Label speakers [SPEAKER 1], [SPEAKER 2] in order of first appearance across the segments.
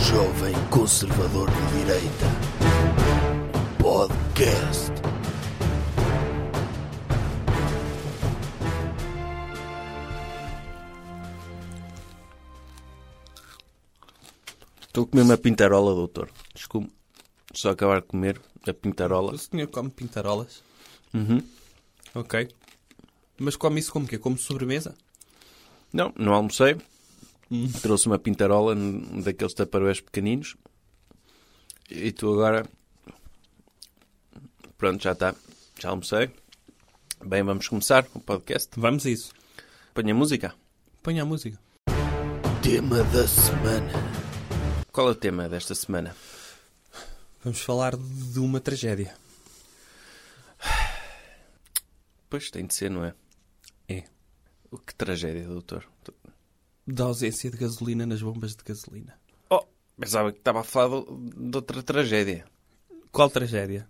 [SPEAKER 1] Jovem Conservador de Direita. Podcast. Estou a comer uma pintarola, doutor. Desculpe. Só acabar de comer a pintarola.
[SPEAKER 2] O senhor come pintarolas?
[SPEAKER 1] Uhum.
[SPEAKER 2] Ok. Mas come isso como quê? Como sobremesa?
[SPEAKER 1] Não, não almocei. Trouxe uma pintarola n- daqueles taparoés pequeninos. E tu agora... Pronto, já está. Já almocei. Bem, vamos começar o podcast.
[SPEAKER 2] Vamos a isso.
[SPEAKER 1] Põe a música.
[SPEAKER 2] Põe a música.
[SPEAKER 1] Tema da semana. Qual é o tema desta semana?
[SPEAKER 2] Vamos falar de uma tragédia.
[SPEAKER 1] Pois tem de ser, não é?
[SPEAKER 2] É.
[SPEAKER 1] O que tragédia, doutor?
[SPEAKER 2] Da ausência de gasolina nas bombas de gasolina.
[SPEAKER 1] Oh, pensava que estava a falar de, de outra tragédia.
[SPEAKER 2] Qual tragédia?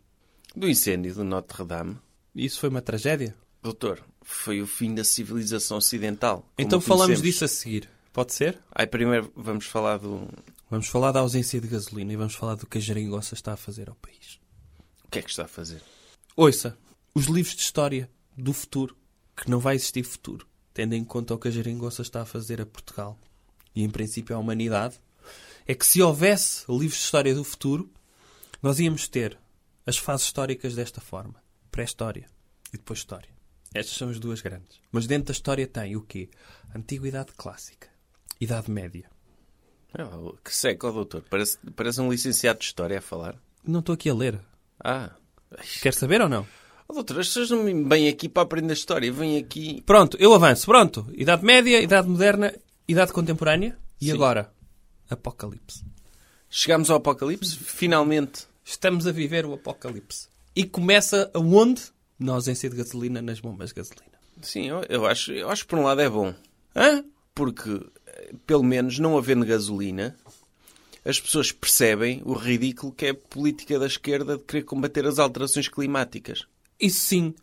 [SPEAKER 1] Do incêndio de Notre Dame.
[SPEAKER 2] Isso foi uma tragédia?
[SPEAKER 1] Doutor, foi o fim da civilização ocidental. como
[SPEAKER 2] então
[SPEAKER 1] a
[SPEAKER 2] falamos
[SPEAKER 1] conhecemos.
[SPEAKER 2] disso a seguir. Pode ser?
[SPEAKER 1] Ai, primeiro vamos falar do...
[SPEAKER 2] Vamos falar da ausência de gasolina e vamos falar do que a geringonça está a fazer ao país.
[SPEAKER 1] O que é que está a fazer?
[SPEAKER 2] Ouça, os livros de história do futuro, que não vai existir futuro, tendo em conta o que a geringonça está a fazer a Portugal e, em princípio, à humanidade, é que se houvesse livros de história do futuro, nós íamos ter as fases históricas desta forma. Pré-história e depois história. Estas são as duas grandes. Mas dentro da história tem o quê? Antiguidade clássica. Idade média.
[SPEAKER 1] Ah, que seco, ó, doutor. Parece, parece um licenciado de História a falar.
[SPEAKER 2] Não estou aqui a ler.
[SPEAKER 1] Ah.
[SPEAKER 2] Quer saber ou não?
[SPEAKER 1] Oh, doutor, as pessoas não vêm aqui para aprender História. Vêm aqui...
[SPEAKER 2] Pronto, eu avanço. Pronto. Idade Média, Idade Moderna, Idade Contemporânea. E
[SPEAKER 1] Sim.
[SPEAKER 2] agora? Apocalipse.
[SPEAKER 1] Chegámos ao Apocalipse, finalmente.
[SPEAKER 2] Estamos a viver o apocalipse. E começa aonde? Na ausência de gasolina nas bombas de gasolina.
[SPEAKER 1] Sim, eu, eu acho, eu acho que por um lado é bom.
[SPEAKER 2] Hã?
[SPEAKER 1] Porque, eh, pelo menos, não havendo gasolina, as pessoas percebem o ridículo que é a política da esquerda de querer combater as alterações climáticas.
[SPEAKER 2] Isso sim.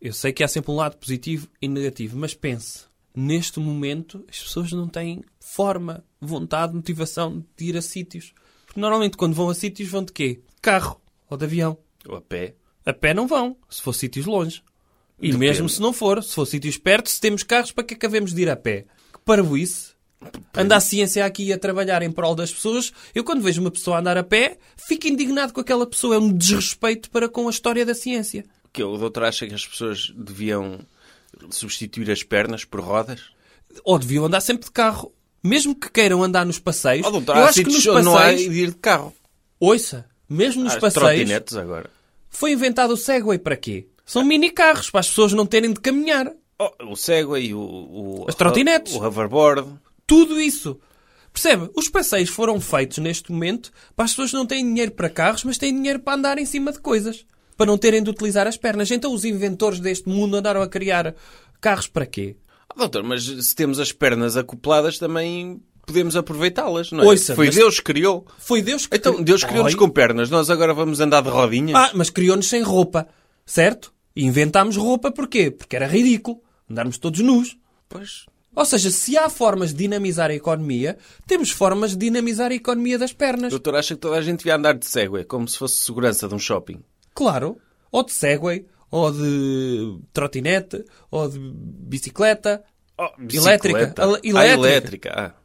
[SPEAKER 2] Eu sei que há sempre um lado positivo e negativo, mas pense. Neste momento, as pessoas não têm forma, vontade, motivação de ir a sítios. Porque normalmente quando vão a sítios vão de quê? De carro ou de avião.
[SPEAKER 1] Ou a pé.
[SPEAKER 2] A pé não vão, se for sítios longe. E
[SPEAKER 1] Depende.
[SPEAKER 2] mesmo se não for, se for sítios perto, se temos carros, para que acabemos de ir a pé? Que parvoíce. Anda a ciência aqui a trabalhar em prol das pessoas. Eu, quando vejo uma pessoa andar a pé, fico indignado com aquela pessoa. É um desrespeito para com a história da ciência.
[SPEAKER 1] Que o doutor acha que as pessoas deviam substituir as pernas por rodas?
[SPEAKER 2] Ou deviam andar sempre de carro. Mesmo que queiram andar nos passeios,
[SPEAKER 1] Oh, doutor,
[SPEAKER 2] eu
[SPEAKER 1] há
[SPEAKER 2] acho que nos
[SPEAKER 1] sítios onde não há Ah,
[SPEAKER 2] passeios...
[SPEAKER 1] de ir de carro.
[SPEAKER 2] Ouça, mesmo nos
[SPEAKER 1] Há
[SPEAKER 2] passeios,
[SPEAKER 1] trotinetes agora.
[SPEAKER 2] foi inventado o Segway para quê? São mini carros, para as pessoas não terem de caminhar.
[SPEAKER 1] Oh, o Segway, o, o,
[SPEAKER 2] As trotinetes.
[SPEAKER 1] o hoverboard.
[SPEAKER 2] Tudo isso. Percebe? Os passeios foram feitos neste momento para as pessoas que não têm dinheiro para carros, mas têm dinheiro para andar em cima de coisas. Para não terem de utilizar as pernas. Então os inventores deste mundo andaram a criar carros para quê?
[SPEAKER 1] Ah, Doutor, mas se temos as pernas acopladas também podemos aproveitá-las, não é?
[SPEAKER 2] Ouça,
[SPEAKER 1] Foi
[SPEAKER 2] mas-
[SPEAKER 1] Deus que criou.
[SPEAKER 2] Foi Deus que...
[SPEAKER 1] Então, Deus criou-nos
[SPEAKER 2] Oi?
[SPEAKER 1] com pernas, nós agora vamos andar de rodinhas?
[SPEAKER 2] Ah, mas criou-nos sem roupa. Certo? E inventámos roupa porquê? Porque era ridículo. Andarmos todos nus.
[SPEAKER 1] Pois,
[SPEAKER 2] Ou seja, se há formas de dinamizar a economia, temos formas de dinamizar a economia das pernas.
[SPEAKER 1] doutor, acha que toda a gente devia andar de Segway, como se fosse segurança de um shopping?
[SPEAKER 2] Claro. Ou de Segway, ou de trotinete, ou de bicicleta.
[SPEAKER 1] Oh,
[SPEAKER 2] Elétrica.
[SPEAKER 1] bicicleta.
[SPEAKER 2] Ele-
[SPEAKER 1] Ah,
[SPEAKER 2] elétrica.
[SPEAKER 1] elétrica. Ah,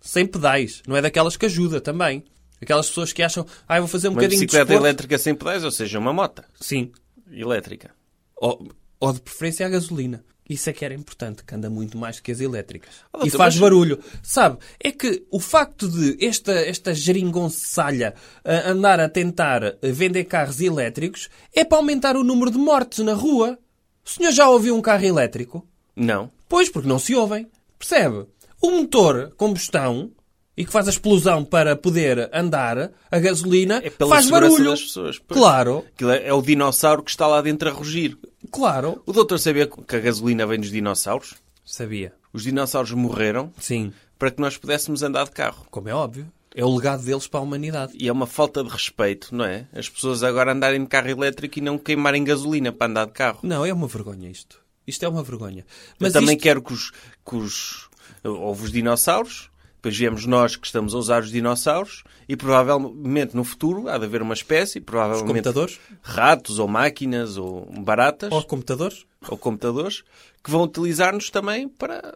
[SPEAKER 2] Sem pedais. Não é daquelas que ajuda também. Aquelas pessoas que acham, ah, eu vou fazer um
[SPEAKER 1] uma
[SPEAKER 2] bocadinho de
[SPEAKER 1] bicicleta
[SPEAKER 2] desporto.
[SPEAKER 1] elétrica sem pedais, ou seja, uma moto
[SPEAKER 2] Sim.
[SPEAKER 1] elétrica.
[SPEAKER 2] Ou, ou de preferência a gasolina. Isso é que era importante, que anda muito mais que as elétricas.
[SPEAKER 1] Ah,
[SPEAKER 2] e
[SPEAKER 1] doutor,
[SPEAKER 2] faz
[SPEAKER 1] mas-
[SPEAKER 2] barulho. Sabe, é que o facto de esta, esta geringonçalha ah, andar a tentar ah, vender carros elétricos é para aumentar o número de mortes na rua. O senhor já ouviu um carro elétrico?
[SPEAKER 1] Não.
[SPEAKER 2] Pois, porque não se ouvem. Percebe? O motor combustão e que faz a explosão para poder andar, a gasolina,
[SPEAKER 1] É pela
[SPEAKER 2] faz
[SPEAKER 1] segurança
[SPEAKER 2] barulho.
[SPEAKER 1] das pessoas. pois.
[SPEAKER 2] Claro,
[SPEAKER 1] Aquilo é, é o dinossauro que está lá dentro a rugir.
[SPEAKER 2] claro.
[SPEAKER 1] O doutor sabia que a gasolina vem dos dinossauros?
[SPEAKER 2] Sabia.
[SPEAKER 1] Os dinossauros morreram
[SPEAKER 2] Sim,
[SPEAKER 1] para que nós pudéssemos andar de carro.
[SPEAKER 2] como é óbvio. É o legado deles para a humanidade.
[SPEAKER 1] E é uma falta de respeito, não é? As pessoas agora andarem de carro elétrico e não queimarem gasolina para andar de carro.
[SPEAKER 2] Não, é uma vergonha isto. Isto é uma vergonha.
[SPEAKER 1] Mas
[SPEAKER 2] Mas
[SPEAKER 1] Eu também
[SPEAKER 2] isto-
[SPEAKER 1] quero que os, que os. Houve os dinossauros, Depois viemos nós que estamos a usar os dinossauros e provavelmente no futuro há de haver uma espécie,
[SPEAKER 2] Os
[SPEAKER 1] provavelmente
[SPEAKER 2] computadores?
[SPEAKER 1] ratos ou máquinas ou baratas
[SPEAKER 2] Ou computadores?
[SPEAKER 1] ou computadores que vão utilizar-nos também para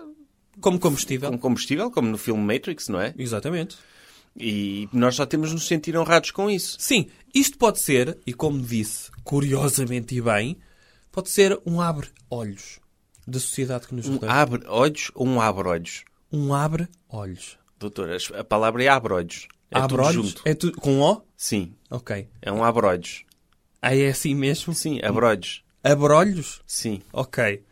[SPEAKER 2] Como combustível?
[SPEAKER 1] como combustível, como no filme Matrix, não é?
[SPEAKER 2] Exatamente.
[SPEAKER 1] E nós só temos de nos sentir honrados com isso.
[SPEAKER 2] Sim, isto pode ser, e como disse, curiosamente e bem, pode ser um abre-olhos da sociedade que nos
[SPEAKER 1] Um
[SPEAKER 2] rodeia.
[SPEAKER 1] abre olhos ou um abre olhos?
[SPEAKER 2] Um abre-olhos.
[SPEAKER 1] Doutor, as- a palavra é abre olhos. É tudo
[SPEAKER 2] abre-olhos?
[SPEAKER 1] junto.
[SPEAKER 2] É tu... Com O?
[SPEAKER 1] Sim,
[SPEAKER 2] Ok.
[SPEAKER 1] é um abre olhos.
[SPEAKER 2] Ah, é assim mesmo?
[SPEAKER 1] Sim, abre olhos.
[SPEAKER 2] Abre-olhos?
[SPEAKER 1] Sim.
[SPEAKER 2] Ok.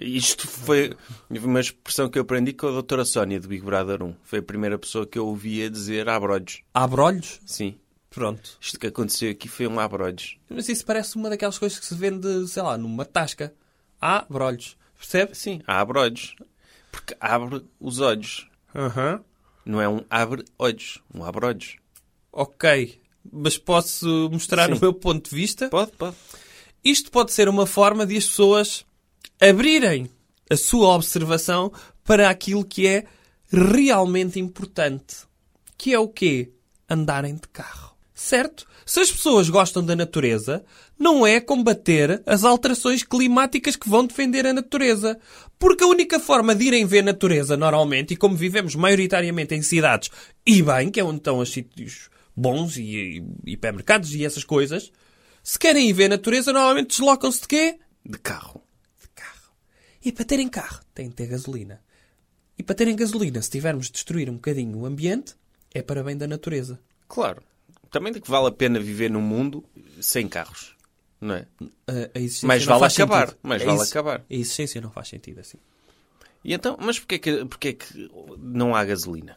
[SPEAKER 1] Isto foi uma expressão que eu aprendi com a doutora Sónia do Big Brother 1. Foi a primeira pessoa que eu ouvia dizer abrolhos.
[SPEAKER 2] Abre-olhos?
[SPEAKER 1] Sim.
[SPEAKER 2] Pronto.
[SPEAKER 1] Isto que aconteceu aqui foi um abrolhos.
[SPEAKER 2] Mas isso parece uma daquelas coisas que se vende, sei lá, numa tasca. Abre-olhos. Percebe?
[SPEAKER 1] Sim, abrolhos. Porque abre os olhos.
[SPEAKER 2] Aham.
[SPEAKER 1] Não é um abre-olhos. Um abrolhos.
[SPEAKER 2] Ok. Mas posso mostrar
[SPEAKER 1] Sim.
[SPEAKER 2] o meu ponto de vista?
[SPEAKER 1] Pode, pode.
[SPEAKER 2] Isto pode ser uma forma de as pessoas abrirem a sua observação para aquilo que é realmente importante. Que é o quê? Andarem de carro. Certo? Se as pessoas gostam da natureza, não é combater as alterações climáticas que vão defender a natureza. Porque a única forma de irem ver natureza normalmente, e como vivemos maioritariamente em cidades, e bem, que é onde estão os sítios bons e, e hipermercados e essas coisas, se querem ir ver natureza, normalmente deslocam-se de quê?
[SPEAKER 1] De carro.
[SPEAKER 2] De carro. E para terem carro, têm de ter gasolina. E para terem gasolina, se tivermos de destruir um bocadinho o ambiente, é para bem da natureza.
[SPEAKER 1] Claro. Também de que vale a pena viver num mundo sem carros. Não é?
[SPEAKER 2] A, a existência
[SPEAKER 1] Mais
[SPEAKER 2] não
[SPEAKER 1] vale
[SPEAKER 2] faz
[SPEAKER 1] acabar.
[SPEAKER 2] sentido.
[SPEAKER 1] Mais
[SPEAKER 2] A
[SPEAKER 1] vale
[SPEAKER 2] exi-
[SPEAKER 1] acabar.
[SPEAKER 2] A existência não faz sentido assim.
[SPEAKER 1] E então, mas porquê que, porquê que não há gasolina?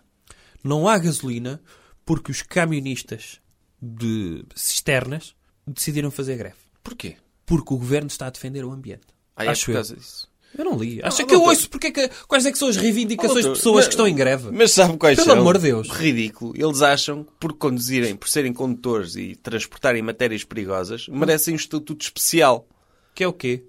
[SPEAKER 2] Não há gasolina porque os camionistas de cisternas decidiram fazer greve.
[SPEAKER 1] Porquê?
[SPEAKER 2] Porque o governo está a defender o ambiente.
[SPEAKER 1] Ah, é
[SPEAKER 2] Acho
[SPEAKER 1] por
[SPEAKER 2] eu.
[SPEAKER 1] causa disso.
[SPEAKER 2] Eu não li. Acho
[SPEAKER 1] Ah,
[SPEAKER 2] que eu
[SPEAKER 1] doutor.
[SPEAKER 2] ouço porque é que, quais é que são as reivindicações
[SPEAKER 1] Doutor,
[SPEAKER 2] de pessoas
[SPEAKER 1] mas-
[SPEAKER 2] que estão em greve.
[SPEAKER 1] Mas sabe quais
[SPEAKER 2] Pelo
[SPEAKER 1] são?
[SPEAKER 2] amor de Deus.
[SPEAKER 1] Ridículo. Eles acham que por conduzirem, por serem condutores e transportarem matérias perigosas, merecem um estatuto especial.
[SPEAKER 2] Que é o quê?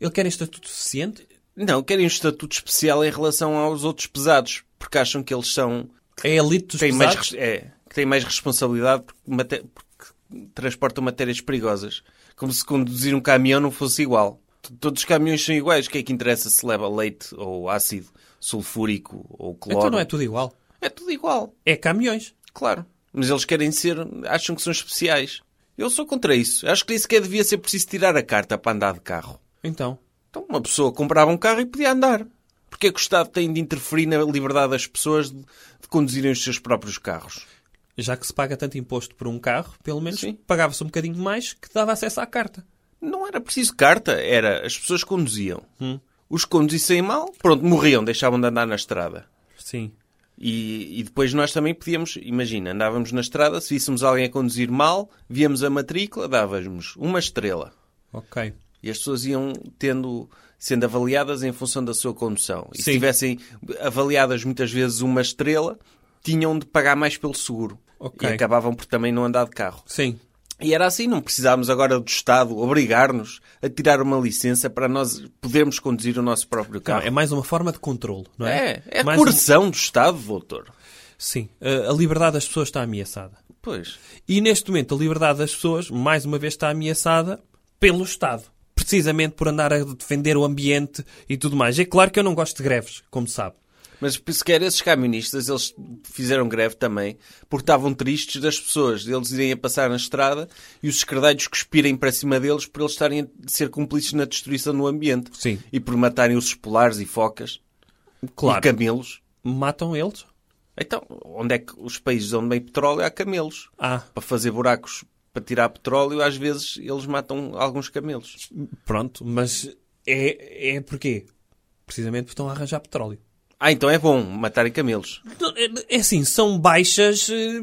[SPEAKER 2] Ele quer estatuto suficiente?
[SPEAKER 1] Não, querem um estatuto especial em relação aos outros pesados, porque acham que eles são
[SPEAKER 2] É a elite dos
[SPEAKER 1] têm mais,
[SPEAKER 2] pesados?
[SPEAKER 1] res- é, que têm mais responsabilidade porque, mate- porque transportam matérias perigosas. Como se conduzir um caminhão não fosse igual. T- Todos os caminhões são iguais. O que é que interessa se leva leite ou ácido sulfúrico ou cloro?
[SPEAKER 2] Então não é tudo igual.
[SPEAKER 1] é tudo igual.
[SPEAKER 2] É caminhões.
[SPEAKER 1] Claro. Mas eles querem ser, acham que são especiais. Eu sou contra isso. Acho que nem sequer devia ser preciso tirar a carta para andar de carro.
[SPEAKER 2] Então.
[SPEAKER 1] Então uma pessoa comprava um carro e podia andar. Porque é que o Estado tem de interferir na liberdade das pessoas de, de conduzirem os seus próprios carros?
[SPEAKER 2] Já que se paga tanto imposto por um carro, pelo menos
[SPEAKER 1] Sim.
[SPEAKER 2] pagava-se um bocadinho mais que dava acesso à carta.
[SPEAKER 1] Não era preciso carta, era as pessoas conduziam. Os que conduzissem mal, pronto, morriam, deixavam de andar na estrada.
[SPEAKER 2] Sim.
[SPEAKER 1] E, e depois nós também podíamos, imagina, andávamos na estrada, se víssemos alguém a conduzir mal, víamos a matrícula, dávamos uma estrela.
[SPEAKER 2] Ok.
[SPEAKER 1] E as pessoas iam tendo, sendo avaliadas em função da sua condução. E
[SPEAKER 2] Sim.
[SPEAKER 1] se tivessem avaliadas muitas vezes uma estrela, tinham de pagar mais pelo seguro.
[SPEAKER 2] Ok.
[SPEAKER 1] E acabavam por também não andar de carro.
[SPEAKER 2] Sim.
[SPEAKER 1] E era assim, não precisávamos agora do Estado obrigar-nos a tirar uma licença para nós podermos conduzir o nosso próprio
[SPEAKER 2] Não,
[SPEAKER 1] carro.
[SPEAKER 2] é mais uma forma de controle, não é?
[SPEAKER 1] é, é a
[SPEAKER 2] mais um-
[SPEAKER 1] coerção do Estado, doutor.
[SPEAKER 2] Sim. Eh, A a liberdade das pessoas está ameaçada.
[SPEAKER 1] Pois.
[SPEAKER 2] E neste momento a liberdade das pessoas, mais uma vez, está ameaçada pelo Estado. Precisamente por andar a defender o ambiente e tudo mais. É claro que eu não gosto de greves, como sabe.
[SPEAKER 1] Mas sequer esses camionistas, eles fizeram greve também, porque estavam tristes das pessoas, deles irem a passar na estrada e os escardalhos cuspirem para cima deles por eles estarem a ser cúmplices na destruição do ambiente.
[SPEAKER 2] Sim.
[SPEAKER 1] E por matarem os polares e focas e
[SPEAKER 2] Claro.
[SPEAKER 1] camelos.
[SPEAKER 2] Matam eles?
[SPEAKER 1] Então, onde é que os países onde vem petróleo há camelos?
[SPEAKER 2] Ah,
[SPEAKER 1] Para fazer buracos para tirar petróleo, às vezes eles matam alguns camelos.
[SPEAKER 2] Pronto, mas é, é porquê? Precisamente porque estão a arranjar petróleo.
[SPEAKER 1] Ah, então é bom matarem camelos.
[SPEAKER 2] Não, é- É assim, são baixas eh,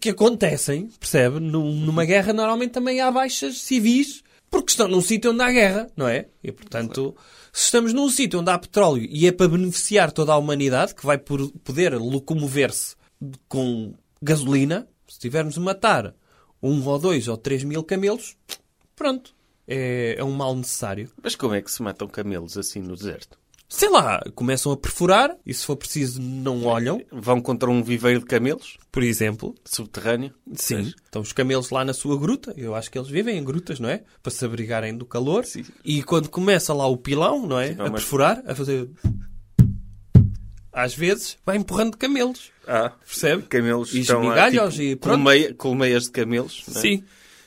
[SPEAKER 2] que acontecem, percebe? Num- Numa guerra normalmente também há baixas civis porque estão num sítio onde há guerra, não é? E portanto, se estamos num sítio onde há petróleo e é para beneficiar toda a humanidade que vai por- poder locomover-se com gasolina, se tivermos de matar um ou dois ou três mil camelos, pronto, é, é um mal necessário.
[SPEAKER 1] Mas como é que se matam camelos assim no deserto?
[SPEAKER 2] Sei lá, começam a perfurar e se for preciso não olham,
[SPEAKER 1] Vão contra um viveiro de camelos,
[SPEAKER 2] por exemplo.
[SPEAKER 1] subterrâneo.
[SPEAKER 2] Sim.
[SPEAKER 1] Pois.
[SPEAKER 2] Estão os camelos lá na sua gruta. Eu acho que eles vivem em grutas, não é? Para se abrigarem do calor. E quando começa lá o pilão, não é?
[SPEAKER 1] Sim, não,
[SPEAKER 2] a
[SPEAKER 1] mas-
[SPEAKER 2] perfurar, a fazer... Às vezes, vai empurrando camelos.
[SPEAKER 1] Ah,
[SPEAKER 2] Percebe?
[SPEAKER 1] camelos
[SPEAKER 2] E
[SPEAKER 1] estão lá,
[SPEAKER 2] esmigalhos
[SPEAKER 1] tipo,
[SPEAKER 2] e pronto.
[SPEAKER 1] colmeia, colmeias de camelos. não é?
[SPEAKER 2] Sim.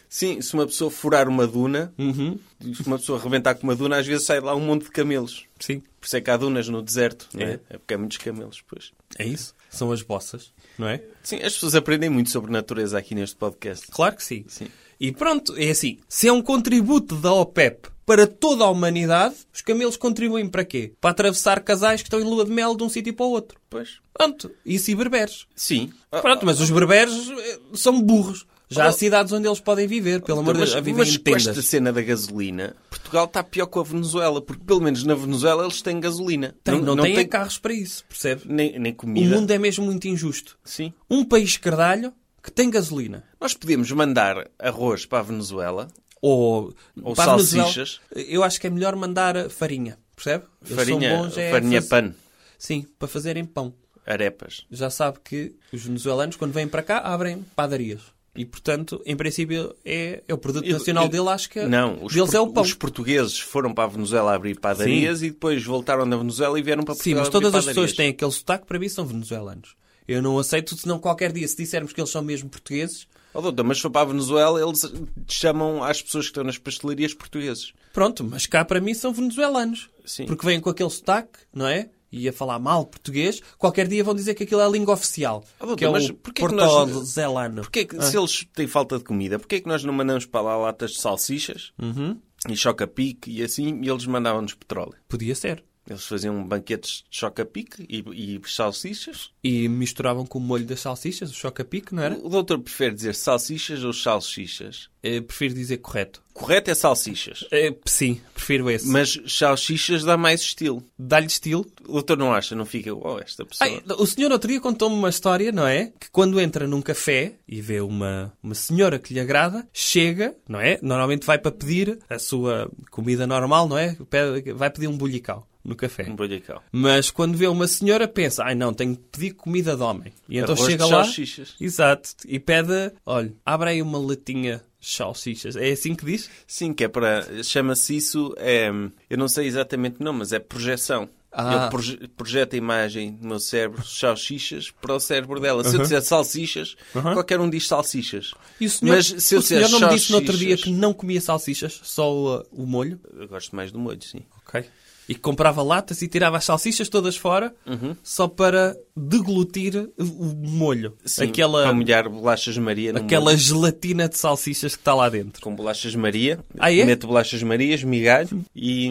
[SPEAKER 1] Sim, se uma pessoa furar uma duna,
[SPEAKER 2] Uhum.
[SPEAKER 1] se uma pessoa arrebentar com uma duna, às vezes sai lá um monte de camelos.
[SPEAKER 2] Sim.
[SPEAKER 1] Por isso é que há dunas no deserto, não é?
[SPEAKER 2] É.
[SPEAKER 1] É porque há muitos camelos, pois.
[SPEAKER 2] É isso. São as bossas, não é?
[SPEAKER 1] Sim, as pessoas aprendem muito sobre natureza aqui neste podcast.
[SPEAKER 2] Claro que sim.
[SPEAKER 1] Sim.
[SPEAKER 2] E pronto, é assim. Se é um contributo da OPEP para toda a humanidade, os camelos contribuem para quê? Para atravessar casais que estão em lua de mel de um sítio para o outro.
[SPEAKER 1] Pois.
[SPEAKER 2] Pronto. Isso e berberes.
[SPEAKER 1] Sim.
[SPEAKER 2] Pronto, mas os berberes eh, são burros.
[SPEAKER 1] Ah,
[SPEAKER 2] Já
[SPEAKER 1] Oh. Então,
[SPEAKER 2] há cidades onde eles podem viver, pelo amor de Deus,
[SPEAKER 1] ah, mas,
[SPEAKER 2] a viver
[SPEAKER 1] mas assim.
[SPEAKER 2] em
[SPEAKER 1] com esta
[SPEAKER 2] tendas.
[SPEAKER 1] cena da gasolina, Portugal está pior que a Venezuela, porque pelo menos na Venezuela eles têm gasolina.
[SPEAKER 2] Tem- não têm carros para isso, percebe?
[SPEAKER 1] nem, nem
[SPEAKER 2] O
[SPEAKER 1] comida.
[SPEAKER 2] mundo é mesmo muito injusto.
[SPEAKER 1] Sim.
[SPEAKER 2] Um país cardalho que tem gasolina.
[SPEAKER 1] Nós podemos mandar arroz para a Venezuela,
[SPEAKER 2] Ou,
[SPEAKER 1] Ou
[SPEAKER 2] para a Venezuela,
[SPEAKER 1] salsichas.
[SPEAKER 2] Eu acho que é melhor mandar eh, farinha, percebe? Eles
[SPEAKER 1] farinha,
[SPEAKER 2] são bons é
[SPEAKER 1] farinha
[SPEAKER 2] fazer-
[SPEAKER 1] pan,
[SPEAKER 2] Sim, para fazerem pão.
[SPEAKER 1] arepas.
[SPEAKER 2] Já sabe que os venezuelanos, quando vêm para cá, abrem padarias. E, portanto, em princípio, é, é o produto
[SPEAKER 1] Eu-
[SPEAKER 2] nacional
[SPEAKER 1] eu-
[SPEAKER 2] dele, acho que
[SPEAKER 1] Não, os,
[SPEAKER 2] deles
[SPEAKER 1] por-
[SPEAKER 2] é o pão.
[SPEAKER 1] os portugueses foram para a Venezuela abrir padarias e depois voltaram da Venezuela e vieram para
[SPEAKER 2] Sim,
[SPEAKER 1] Portugal é
[SPEAKER 2] mas todas
[SPEAKER 1] abrir
[SPEAKER 2] as pessoas
[SPEAKER 1] padarias.
[SPEAKER 2] que têm aquele sotaque, para mim, são venezuelanos. Eu não aceito, senão qualquer dia, se dissermos que eles são mesmo portugueses,
[SPEAKER 1] Oh, doutor, mas se for para a Venezuela, eles chamam às pessoas que estão nas pastelarias portugueses.
[SPEAKER 2] pronto, mas cá para mim são venezuelanos.
[SPEAKER 1] Sim.
[SPEAKER 2] Porque vêm com aquele sotaque, não é? E a falar mal português, qualquer dia vão dizer que aquilo é a língua oficial.
[SPEAKER 1] Ah, doutor,
[SPEAKER 2] que é
[SPEAKER 1] mas
[SPEAKER 2] o
[SPEAKER 1] porquê que nós-
[SPEAKER 2] porto-zelano. Ah,
[SPEAKER 1] Porquê é que, se eles têm falta de comida, porquê é que nós não mandamos para lá latas de salsichas
[SPEAKER 2] Uhum.
[SPEAKER 1] e choca-pique e assim, e eles mandavam-nos petróleo?
[SPEAKER 2] Podia ser.
[SPEAKER 1] Eles faziam banquetes de choca-pique e, e salsichas.
[SPEAKER 2] E misturavam com o molho das salsichas, o choca-pique, não era?
[SPEAKER 1] O doutor prefere dizer salsichas ou salsichas?
[SPEAKER 2] Eh, prefiro dizer correto.
[SPEAKER 1] Correto é salsichas,
[SPEAKER 2] Eh, sim, prefiro esse.
[SPEAKER 1] mas salsichas dá mais estilo.
[SPEAKER 2] Dá-lhe estilo.
[SPEAKER 1] O doutor não acha, não fica, oh, esta pessoa.
[SPEAKER 2] Ai, o senhor outro dia contou-me uma história, não é? Que quando entra num café e vê uma, uma senhora que lhe agrada, chega, não é? Normalmente vai para pedir a sua comida normal, não é? Pede- Vai pedir um bolhicau no café.
[SPEAKER 1] Um bolhacão.
[SPEAKER 2] Mas quando vê uma senhora, pensa, ai não, tenho que pedir comida de homem. E então
[SPEAKER 1] Arroz de
[SPEAKER 2] chega lá...
[SPEAKER 1] salsichas.
[SPEAKER 2] Exato. E pede, olha, abre aí uma latinha de salsichas. É assim que diz?
[SPEAKER 1] Sim, que é para. Chama-se isso. É, eu não sei exatamente o nome, mas é projeção.
[SPEAKER 2] Ah.
[SPEAKER 1] Eu proje- projeto a imagem do meu cérebro, salsichas, para o cérebro dela. Se eu disser salsichas, qualquer um diz salsichas.
[SPEAKER 2] E o senhor,
[SPEAKER 1] mas se eu
[SPEAKER 2] o senhor
[SPEAKER 1] disser
[SPEAKER 2] não me disse no outro dia
[SPEAKER 1] salsichas,
[SPEAKER 2] que não comia salsichas, só o, o molho?
[SPEAKER 1] Eu gosto mais do molho, sim.
[SPEAKER 2] Ok. E que comprava latas e tirava as salsichas todas fora
[SPEAKER 1] Uhum.
[SPEAKER 2] só para deglutir o molho.
[SPEAKER 1] sim
[SPEAKER 2] aquela
[SPEAKER 1] Para molhar bolachas Maria. no
[SPEAKER 2] aquela
[SPEAKER 1] molho.
[SPEAKER 2] gelatina de salsichas que está lá dentro.
[SPEAKER 1] Com bolachas Maria.
[SPEAKER 2] Ah, é?
[SPEAKER 1] Meto bolachas Marias, migalho e.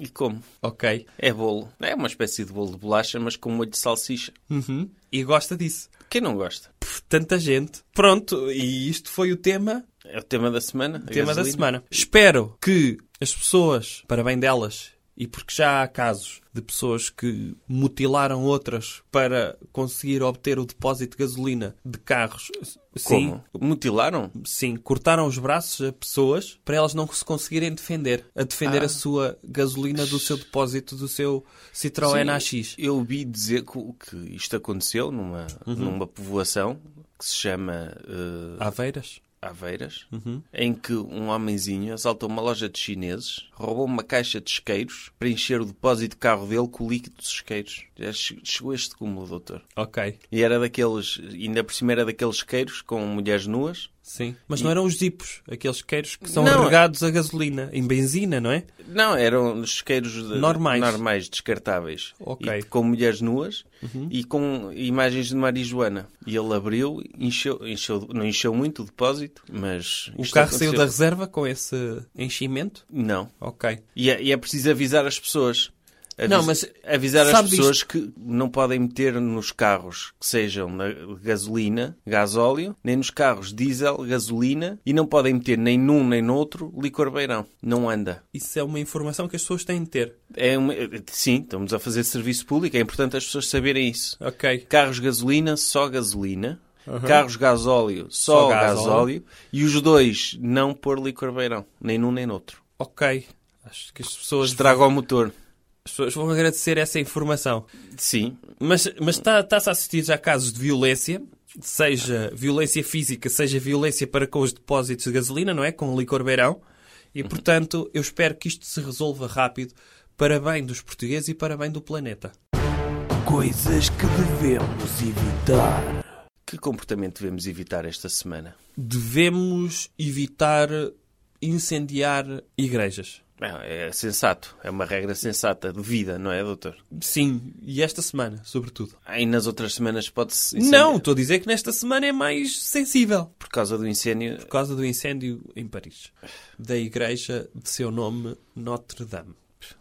[SPEAKER 1] E como?
[SPEAKER 2] Ok.
[SPEAKER 1] É bolo. É uma espécie de bolo de bolacha, mas com molho de salsicha.
[SPEAKER 2] Uhum. E gosta disso.
[SPEAKER 1] Quem não gosta?
[SPEAKER 2] Puf, tanta gente. Pronto, e isto foi o tema,
[SPEAKER 1] É o tema da semana. a
[SPEAKER 2] tema da
[SPEAKER 1] gasolina.
[SPEAKER 2] semana. Espero que as pessoas, para bem delas, e porque já há casos de pessoas que mutilaram outras para conseguir obter o depósito de gasolina de carros. Sim,
[SPEAKER 1] Como? Mutilaram?
[SPEAKER 2] Sim, cortaram os braços a pessoas para elas não se conseguirem defender. A defender
[SPEAKER 1] Ah.
[SPEAKER 2] a sua gasolina do seu depósito, do seu Citroën AX.
[SPEAKER 1] Eu ouvi dizer que, o- que isto aconteceu numa,
[SPEAKER 2] Uhum.
[SPEAKER 1] numa povoação que se chama eh,
[SPEAKER 2] Aveiras?
[SPEAKER 1] Aveiras,
[SPEAKER 2] Uhum.
[SPEAKER 1] em que um homenzinho assaltou uma loja de chineses, roubou uma caixa de isqueiros para encher o depósito de carro dele com o líquido dos isqueiros. Já che- chegou a este cúmulo, doutor.
[SPEAKER 2] Ok,
[SPEAKER 1] E era daqueles, ainda por cima era daqueles isqueiros com mulheres nuas.
[SPEAKER 2] sim. Mas não eram os zipos, aqueles queiros que são
[SPEAKER 1] Não, é-
[SPEAKER 2] regados a gasolina, em benzina, não é?
[SPEAKER 1] Não, eram isqueiros de-
[SPEAKER 2] Normais.
[SPEAKER 1] normais, descartáveis.
[SPEAKER 2] Ok. Uhum.
[SPEAKER 1] E com mulheres nuas e com imagens de marijuana. E ele abriu, encheu, encheu, não encheu muito o depósito, mas.
[SPEAKER 2] O
[SPEAKER 1] isto
[SPEAKER 2] carro saiu da
[SPEAKER 1] aconteceu.
[SPEAKER 2] reserva com esse enchimento?
[SPEAKER 1] Não.
[SPEAKER 2] Ok.
[SPEAKER 1] E é, e é preciso avisar as pessoas.
[SPEAKER 2] Não, mas
[SPEAKER 1] Avisar as
[SPEAKER 2] sabe
[SPEAKER 1] pessoas que não podem meter nos carros que sejam na gasolina, gasóleo, nem nos carros diesel, gasolina, e não podem meter nem num nem no outro licor beirão. Não anda.
[SPEAKER 2] Isso é uma informação que as pessoas têm de ter.
[SPEAKER 1] É uma- Sim, estamos a fazer serviço público. É importante as pessoas saberem isso.
[SPEAKER 2] Ok.
[SPEAKER 1] Carros gasolina, só gasolina. Carros gasóleo, só,
[SPEAKER 2] Só gasóleo.
[SPEAKER 1] gasóleo. E os dois, não pôr licor beirão. Nem num nem no outro.
[SPEAKER 2] Ok. Acho que as pessoas
[SPEAKER 1] Estraga o motor.
[SPEAKER 2] As pessoas vão agradecer essa informação.
[SPEAKER 1] Sim.
[SPEAKER 2] Mas, mas está- está-se a assistir já a casos de violência, seja violência física, seja violência para com os depósitos de gasolina, não é? Com licor beirão. E, portanto, eu espero que isto se resolva rápido para bem dos portugueses e para bem do planeta.
[SPEAKER 3] Coisas que devemos evitar.
[SPEAKER 1] Que comportamento devemos evitar esta semana?
[SPEAKER 2] Devemos evitar incendiar igrejas.
[SPEAKER 1] Não, é sensato. É uma regra sensata de vida, não é, doutor?
[SPEAKER 2] Sim, e esta semana, sobretudo.
[SPEAKER 1] Aí nas outras semanas pode-se.
[SPEAKER 2] Não,
[SPEAKER 1] incendiar
[SPEAKER 2] estou a dizer que nesta semana é mais sensível.
[SPEAKER 1] Por causa do incêndio.
[SPEAKER 2] por causa do incêndio em Paris da igreja de seu nome Notre Dame.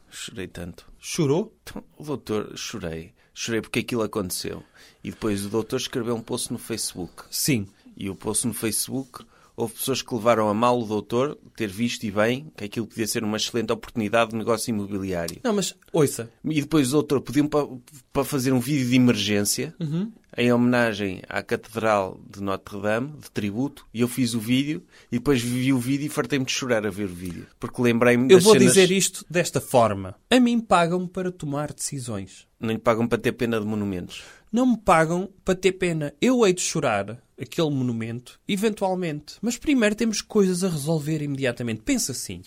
[SPEAKER 1] Chorei tanto.
[SPEAKER 2] Chorou?
[SPEAKER 1] Então, o doutor, chorei. Chorei porque aquilo aconteceu. E depois o doutor escreveu um post no Facebook.
[SPEAKER 2] Sim.
[SPEAKER 1] E o post no Facebook, houve pessoas que levaram a mal o doutor ter visto e bem que aquilo podia ser uma excelente oportunidade de negócio imobiliário.
[SPEAKER 2] Não, mas ouça.
[SPEAKER 1] E depois o doutor pediu para, para fazer um vídeo de emergência
[SPEAKER 2] Uhum.
[SPEAKER 1] em homenagem à Catedral de Notre Dame, de tributo, e eu fiz o vídeo e depois vi o vídeo e fartei-me de chorar a ver o vídeo. Porque lembrei-me
[SPEAKER 2] Eu
[SPEAKER 1] das
[SPEAKER 2] vou
[SPEAKER 1] cenas...
[SPEAKER 2] dizer isto desta forma. A mim pagam para tomar decisões.
[SPEAKER 1] Não lhe pagam para ter pena de monumentos.
[SPEAKER 2] Não me pagam para ter pena. Eu hei de chorar aquele monumento, eventualmente. Mas primeiro temos coisas a resolver imediatamente. Pensa assim.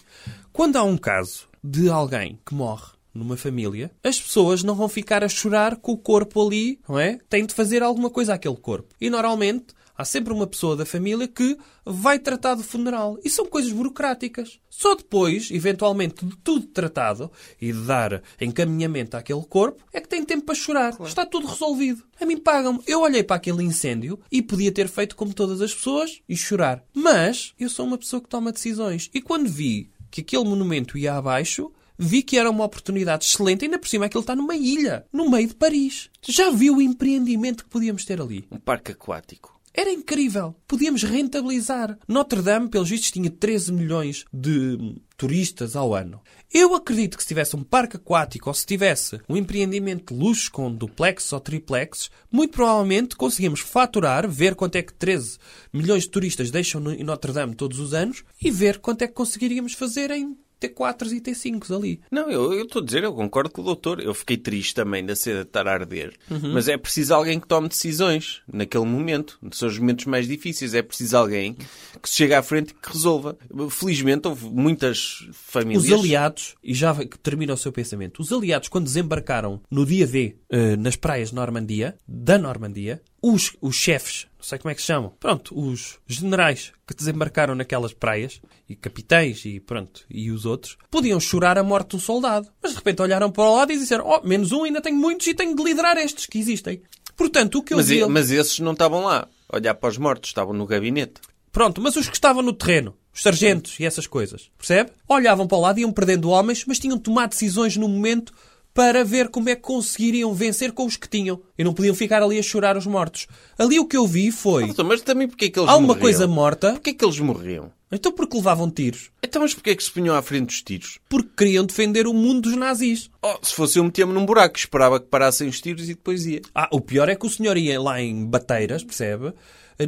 [SPEAKER 2] Quando há um caso de alguém que morre numa família, as pessoas não vão ficar a chorar com o corpo ali, não é? Tem de fazer alguma coisa àquele corpo. E normalmente há sempre uma pessoa da família que vai tratar do funeral. E são coisas burocráticas. Só depois, eventualmente, de tudo tratado e de dar encaminhamento àquele corpo, é que tem tempo para chorar. Está tudo resolvido. A mim pagam-me. Eu olhei para aquele incêndio e podia ter feito como todas as pessoas e chorar. Mas eu sou uma pessoa que toma decisões. E quando vi que aquele monumento ia abaixo, vi que era uma oportunidade excelente, ainda por cima é que ele está numa ilha, no meio de Paris. Já vi o empreendimento que podíamos ter ali.
[SPEAKER 1] Um parque aquático.
[SPEAKER 2] Era incrível. Podíamos rentabilizar. Notre Dame, pelos vistos, tinha 13 milhões de hum, turistas ao ano. Eu acredito que se tivesse um parque aquático ou se tivesse um empreendimento de luxo com duplex ou triplex, muito provavelmente conseguíamos faturar, ver quanto é que 13 milhões de turistas deixam no- em Notre Dame todos os anos e ver quanto é que conseguiríamos fazer em T4s e T5s ali.
[SPEAKER 1] Não, eu eu estou a dizer, eu concordo com o doutor. Eu fiquei triste também da seda estar a arder.
[SPEAKER 2] Uhum.
[SPEAKER 1] Mas é preciso alguém que tome decisões naquele momento. São os momentos mais difíceis. É preciso alguém que se chegue à frente e que resolva. Felizmente houve muitas famílias.
[SPEAKER 2] Os aliados, e já vai- que termina o seu pensamento, os aliados, quando desembarcaram no dia V eh, nas praias de Normandia, da Normandia, os, os chefes, não sei como é que se chamam, pronto, os generais que desembarcaram naquelas praias, e capitães, e pronto, e os outros, podiam chorar a morte de um soldado. Mas de repente olharam para o lado e disseram: Oh, menos um, ainda tenho muitos e tenho de liderar estes que existem. Portanto, o que eu
[SPEAKER 1] Mas,
[SPEAKER 2] vi. ali-
[SPEAKER 1] mas esses não estavam lá. a Olhar para os mortos, estavam no gabinete.
[SPEAKER 2] Pronto, mas os que estavam no terreno, os sargentos e essas coisas, percebe? Olhavam para o lado, iam perdendo homens, mas tinham de tomar decisões no momento para ver como é que conseguiriam vencer com os que tinham. E não podiam ficar ali a chorar os mortos. Ali o que eu vi foi...
[SPEAKER 1] Doutor, mas também porque é que eles
[SPEAKER 2] Há uma
[SPEAKER 1] morriam?
[SPEAKER 2] coisa morta,
[SPEAKER 1] Porquê é que eles morriam?
[SPEAKER 2] então porque levavam tiros?
[SPEAKER 1] Então, mas porquê é que se punham à frente dos tiros?
[SPEAKER 2] Porque queriam defender o mundo dos nazis.
[SPEAKER 1] Oh, se fosse eu metia-me num buraco, esperava que parassem os tiros e depois ia.
[SPEAKER 2] Ah, o pior é que o senhor ia lá em Bateiras, percebe?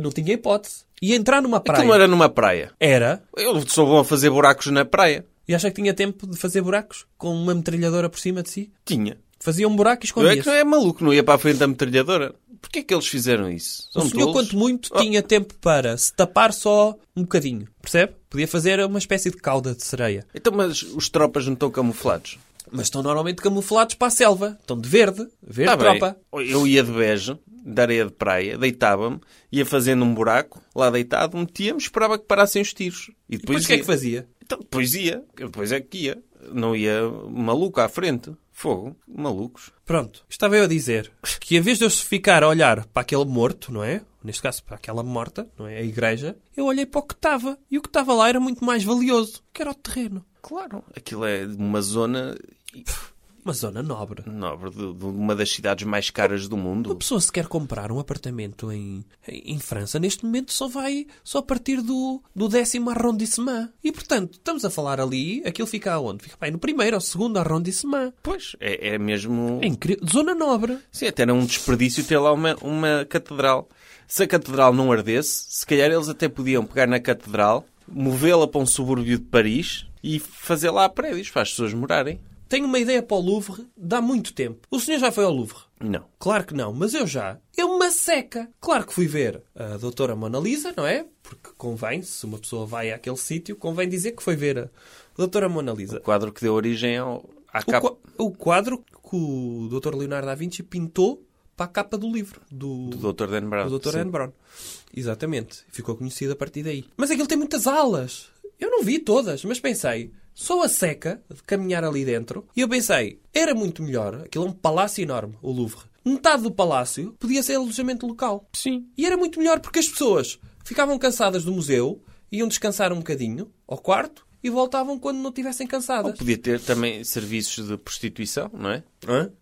[SPEAKER 2] Não tinha hipótese. Ia entrar numa praia.
[SPEAKER 1] Aquilo não era numa praia.
[SPEAKER 2] Era.
[SPEAKER 1] Eu sou bom a fazer buracos na praia.
[SPEAKER 2] E acha que tinha tempo de fazer buracos? Com uma metralhadora por cima de si?
[SPEAKER 1] Tinha.
[SPEAKER 2] Fazia um buraco
[SPEAKER 1] Eu é
[SPEAKER 2] e escondia-se.
[SPEAKER 1] que não é maluco, não ia para a frente da metralhadora. Porquê é que eles fizeram isso? São
[SPEAKER 2] o senhor,
[SPEAKER 1] tolos?
[SPEAKER 2] quanto muito,
[SPEAKER 1] Oh.
[SPEAKER 2] tinha tempo para se tapar só um bocadinho, percebe? Podia fazer uma espécie de cauda de sereia.
[SPEAKER 1] Então, mas os tropas não estão camuflados?
[SPEAKER 2] Mas estão normalmente camuflados para a selva. Estão de verde, verde
[SPEAKER 1] Tá bem.
[SPEAKER 2] tropa.
[SPEAKER 1] Eu ia de bege, de areia de praia, deitava-me, ia fazendo um buraco, lá deitado, metia-me, esperava que parassem os tiros. E
[SPEAKER 2] Depois
[SPEAKER 1] depois
[SPEAKER 2] o que é
[SPEAKER 1] ia.
[SPEAKER 2] que fazia?
[SPEAKER 1] Então, depois ia. Depois é que ia. Não ia maluco à frente. Fogo. Malucos.
[SPEAKER 2] Pronto, estava eu a dizer que em vez de eu ficar a olhar para aquele morto, não é? Neste caso, para aquela morta, não é? A igreja, eu olhei para o que estava. E o que estava lá era muito mais valioso, que era o terreno.
[SPEAKER 1] Claro. Aquilo é uma zona
[SPEAKER 2] Uma zona nobre.
[SPEAKER 1] nobre de, de uma das cidades mais caras do
[SPEAKER 2] Uma
[SPEAKER 1] mundo.
[SPEAKER 2] pessoa se quer comprar um apartamento em, em, em França, neste momento só vai só a partir do, do décimo arrondissement. E, portanto, estamos a falar ali, aquilo fica aonde? Fica bem no primeiro ou segundo arrondissement.
[SPEAKER 1] Pois, é, é mesmo...
[SPEAKER 2] É incrível. Zona Nobre.
[SPEAKER 1] Sim, até era um desperdício ter lá uma, uma catedral. Se a catedral não ardesse, se calhar eles até podiam pegar na catedral, movê-la para um subúrbio de Paris e fazer lá prédios para as pessoas morarem.
[SPEAKER 2] Tenho uma ideia para o Louvre de há muito tempo. O senhor já foi ao Louvre?
[SPEAKER 1] Não.
[SPEAKER 2] Claro que não, mas eu já. É uma seca. Claro que fui ver a doutora Mona Lisa, não é? Porque convém, se uma pessoa vai àquele sítio, convém dizer que foi ver a doutora Mona Lisa.
[SPEAKER 1] O quadro que deu origem ao, à
[SPEAKER 2] O,
[SPEAKER 1] capa
[SPEAKER 2] qua- o quadro que o Dr. Leonardo da Vinci pintou para a capa do livro do,
[SPEAKER 1] do Dr. Dan Brown.
[SPEAKER 2] do Dr.
[SPEAKER 1] Sim.
[SPEAKER 2] Anne Brown. Exatamente. Ficou conhecido a partir daí. Mas aquilo tem muitas alas. Eu não vi todas, mas pensei, só a seca de caminhar ali dentro. E eu pensei, era muito melhor. Aquilo é um palácio enorme, o Louvre. Metade do palácio podia ser alojamento local.
[SPEAKER 1] Sim.
[SPEAKER 2] E era muito melhor porque as pessoas ficavam cansadas do museu, iam descansar um bocadinho ao quarto e voltavam quando não estivessem
[SPEAKER 1] Ou
[SPEAKER 2] cansadas.
[SPEAKER 1] podia ter também serviços de prostituição, não é?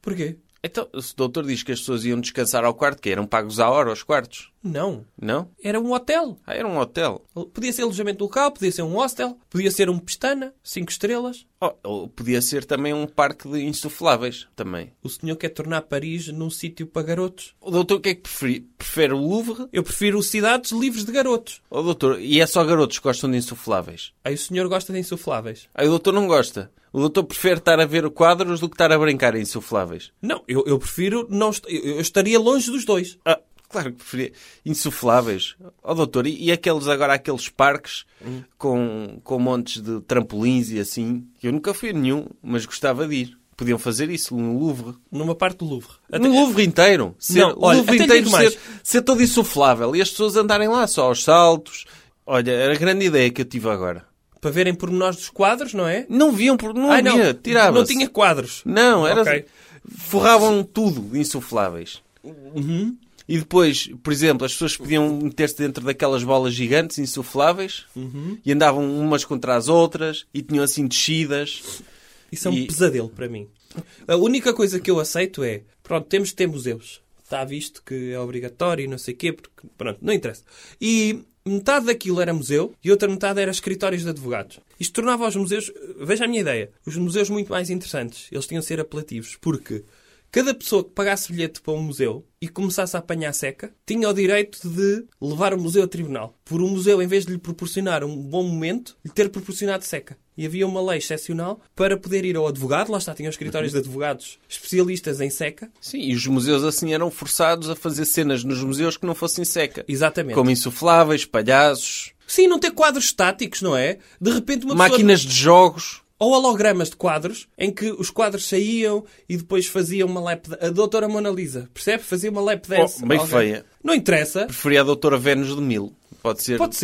[SPEAKER 2] Porquê?
[SPEAKER 1] Então, se o doutor diz que as pessoas iam descansar ao quarto, que eram pagos à hora aos quartos,
[SPEAKER 2] Não.
[SPEAKER 1] não?
[SPEAKER 2] Era um hotel.
[SPEAKER 1] Ah, era um hotel.
[SPEAKER 2] Podia ser alojamento local, podia ser um hostel, podia ser um pestana, cinco estrelas.
[SPEAKER 1] Oh, ou podia ser também um parque de insufláveis, também.
[SPEAKER 2] O senhor quer tornar Paris num sítio para garotos?
[SPEAKER 1] O doutor o que é que preferi? prefere? o Louvre?
[SPEAKER 2] Eu prefiro cidades livres de garotos.
[SPEAKER 1] Ou o doutor, e é só garotos que gostam de insufláveis?
[SPEAKER 2] Aí o senhor gosta de insufláveis.
[SPEAKER 1] Aí o doutor não gosta. O doutor prefere estar a ver quadros do que estar a brincar em insufláveis.
[SPEAKER 2] Não, eu, eu prefiro não. est- Eu eu estaria longe dos dois.
[SPEAKER 1] Ah, claro que preferia. Insufláveis. Ó doutor, e, e aqueles agora, aqueles parques
[SPEAKER 2] Hum.
[SPEAKER 1] com, com montes de trampolins e assim? Eu nunca fui a nenhum, mas gostava de ir. Podiam fazer isso no Louvre.
[SPEAKER 2] Numa parte do Louvre.
[SPEAKER 1] No Louvre inteiro. Ser,
[SPEAKER 2] Não,
[SPEAKER 1] o
[SPEAKER 2] olha,
[SPEAKER 1] Louvre
[SPEAKER 2] até
[SPEAKER 1] inteiro
[SPEAKER 2] digo mais.
[SPEAKER 1] ser, ser todo insuflável e as pessoas andarem lá só aos saltos. Olha, era a grande ideia que eu tive agora.
[SPEAKER 2] Para verem pormenores dos quadros, não é?
[SPEAKER 1] Não viam, por não
[SPEAKER 2] Ai,
[SPEAKER 1] havia, tirava
[SPEAKER 2] Não tinha quadros.
[SPEAKER 1] Não, era... assim.
[SPEAKER 2] Ok.
[SPEAKER 1] Forravam tudo de insufláveis.
[SPEAKER 2] Uhum.
[SPEAKER 1] E depois, por exemplo, as pessoas podiam meter-se dentro daquelas bolas gigantes insufláveis
[SPEAKER 2] Uhum.
[SPEAKER 1] e andavam umas contra as outras e tinham assim descidas.
[SPEAKER 2] Isso é um
[SPEAKER 1] E-
[SPEAKER 2] pesadelo para mim. A única coisa que eu aceito é, pronto, temos de ter museus. Está visto que é obrigatório e não sei o quê, porque, pronto, não interessa. E metade daquilo era museu e outra metade era escritórios de advogados. Isto tornava os museus, veja a minha ideia, os museus muito mais interessantes. Eles tinham de ser apelativos, porque cada pessoa que pagasse bilhete para um museu e começasse a apanhar seca tinha o direito de levar o museu a tribunal. Por o museu, em vez de lhe proporcionar um bom momento, lhe ter proporcionado seca. E havia uma lei excepcional para poder ir ao advogado, lá está, tinham escritórios de advogados especialistas em seca.
[SPEAKER 1] Sim, e os museus assim eram forçados a fazer cenas nos museus que não fossem seca.
[SPEAKER 2] Exatamente.
[SPEAKER 1] Como insufláveis, palhaços,
[SPEAKER 2] Sim, não ter quadros estáticos, não é? De repente uma pessoa-
[SPEAKER 1] máquinas de jogos.
[SPEAKER 2] ou hologramas de quadros, em que os quadros saíam e depois faziam uma lap... A doutora Mona Lisa, percebe? Fazia uma lap dance.
[SPEAKER 1] Oh, bem
[SPEAKER 2] a alguém.
[SPEAKER 1] feia.
[SPEAKER 2] Não interessa.
[SPEAKER 1] Preferia a doutora Vênus de Milo. Pode ser,
[SPEAKER 2] Pode
[SPEAKER 1] pode,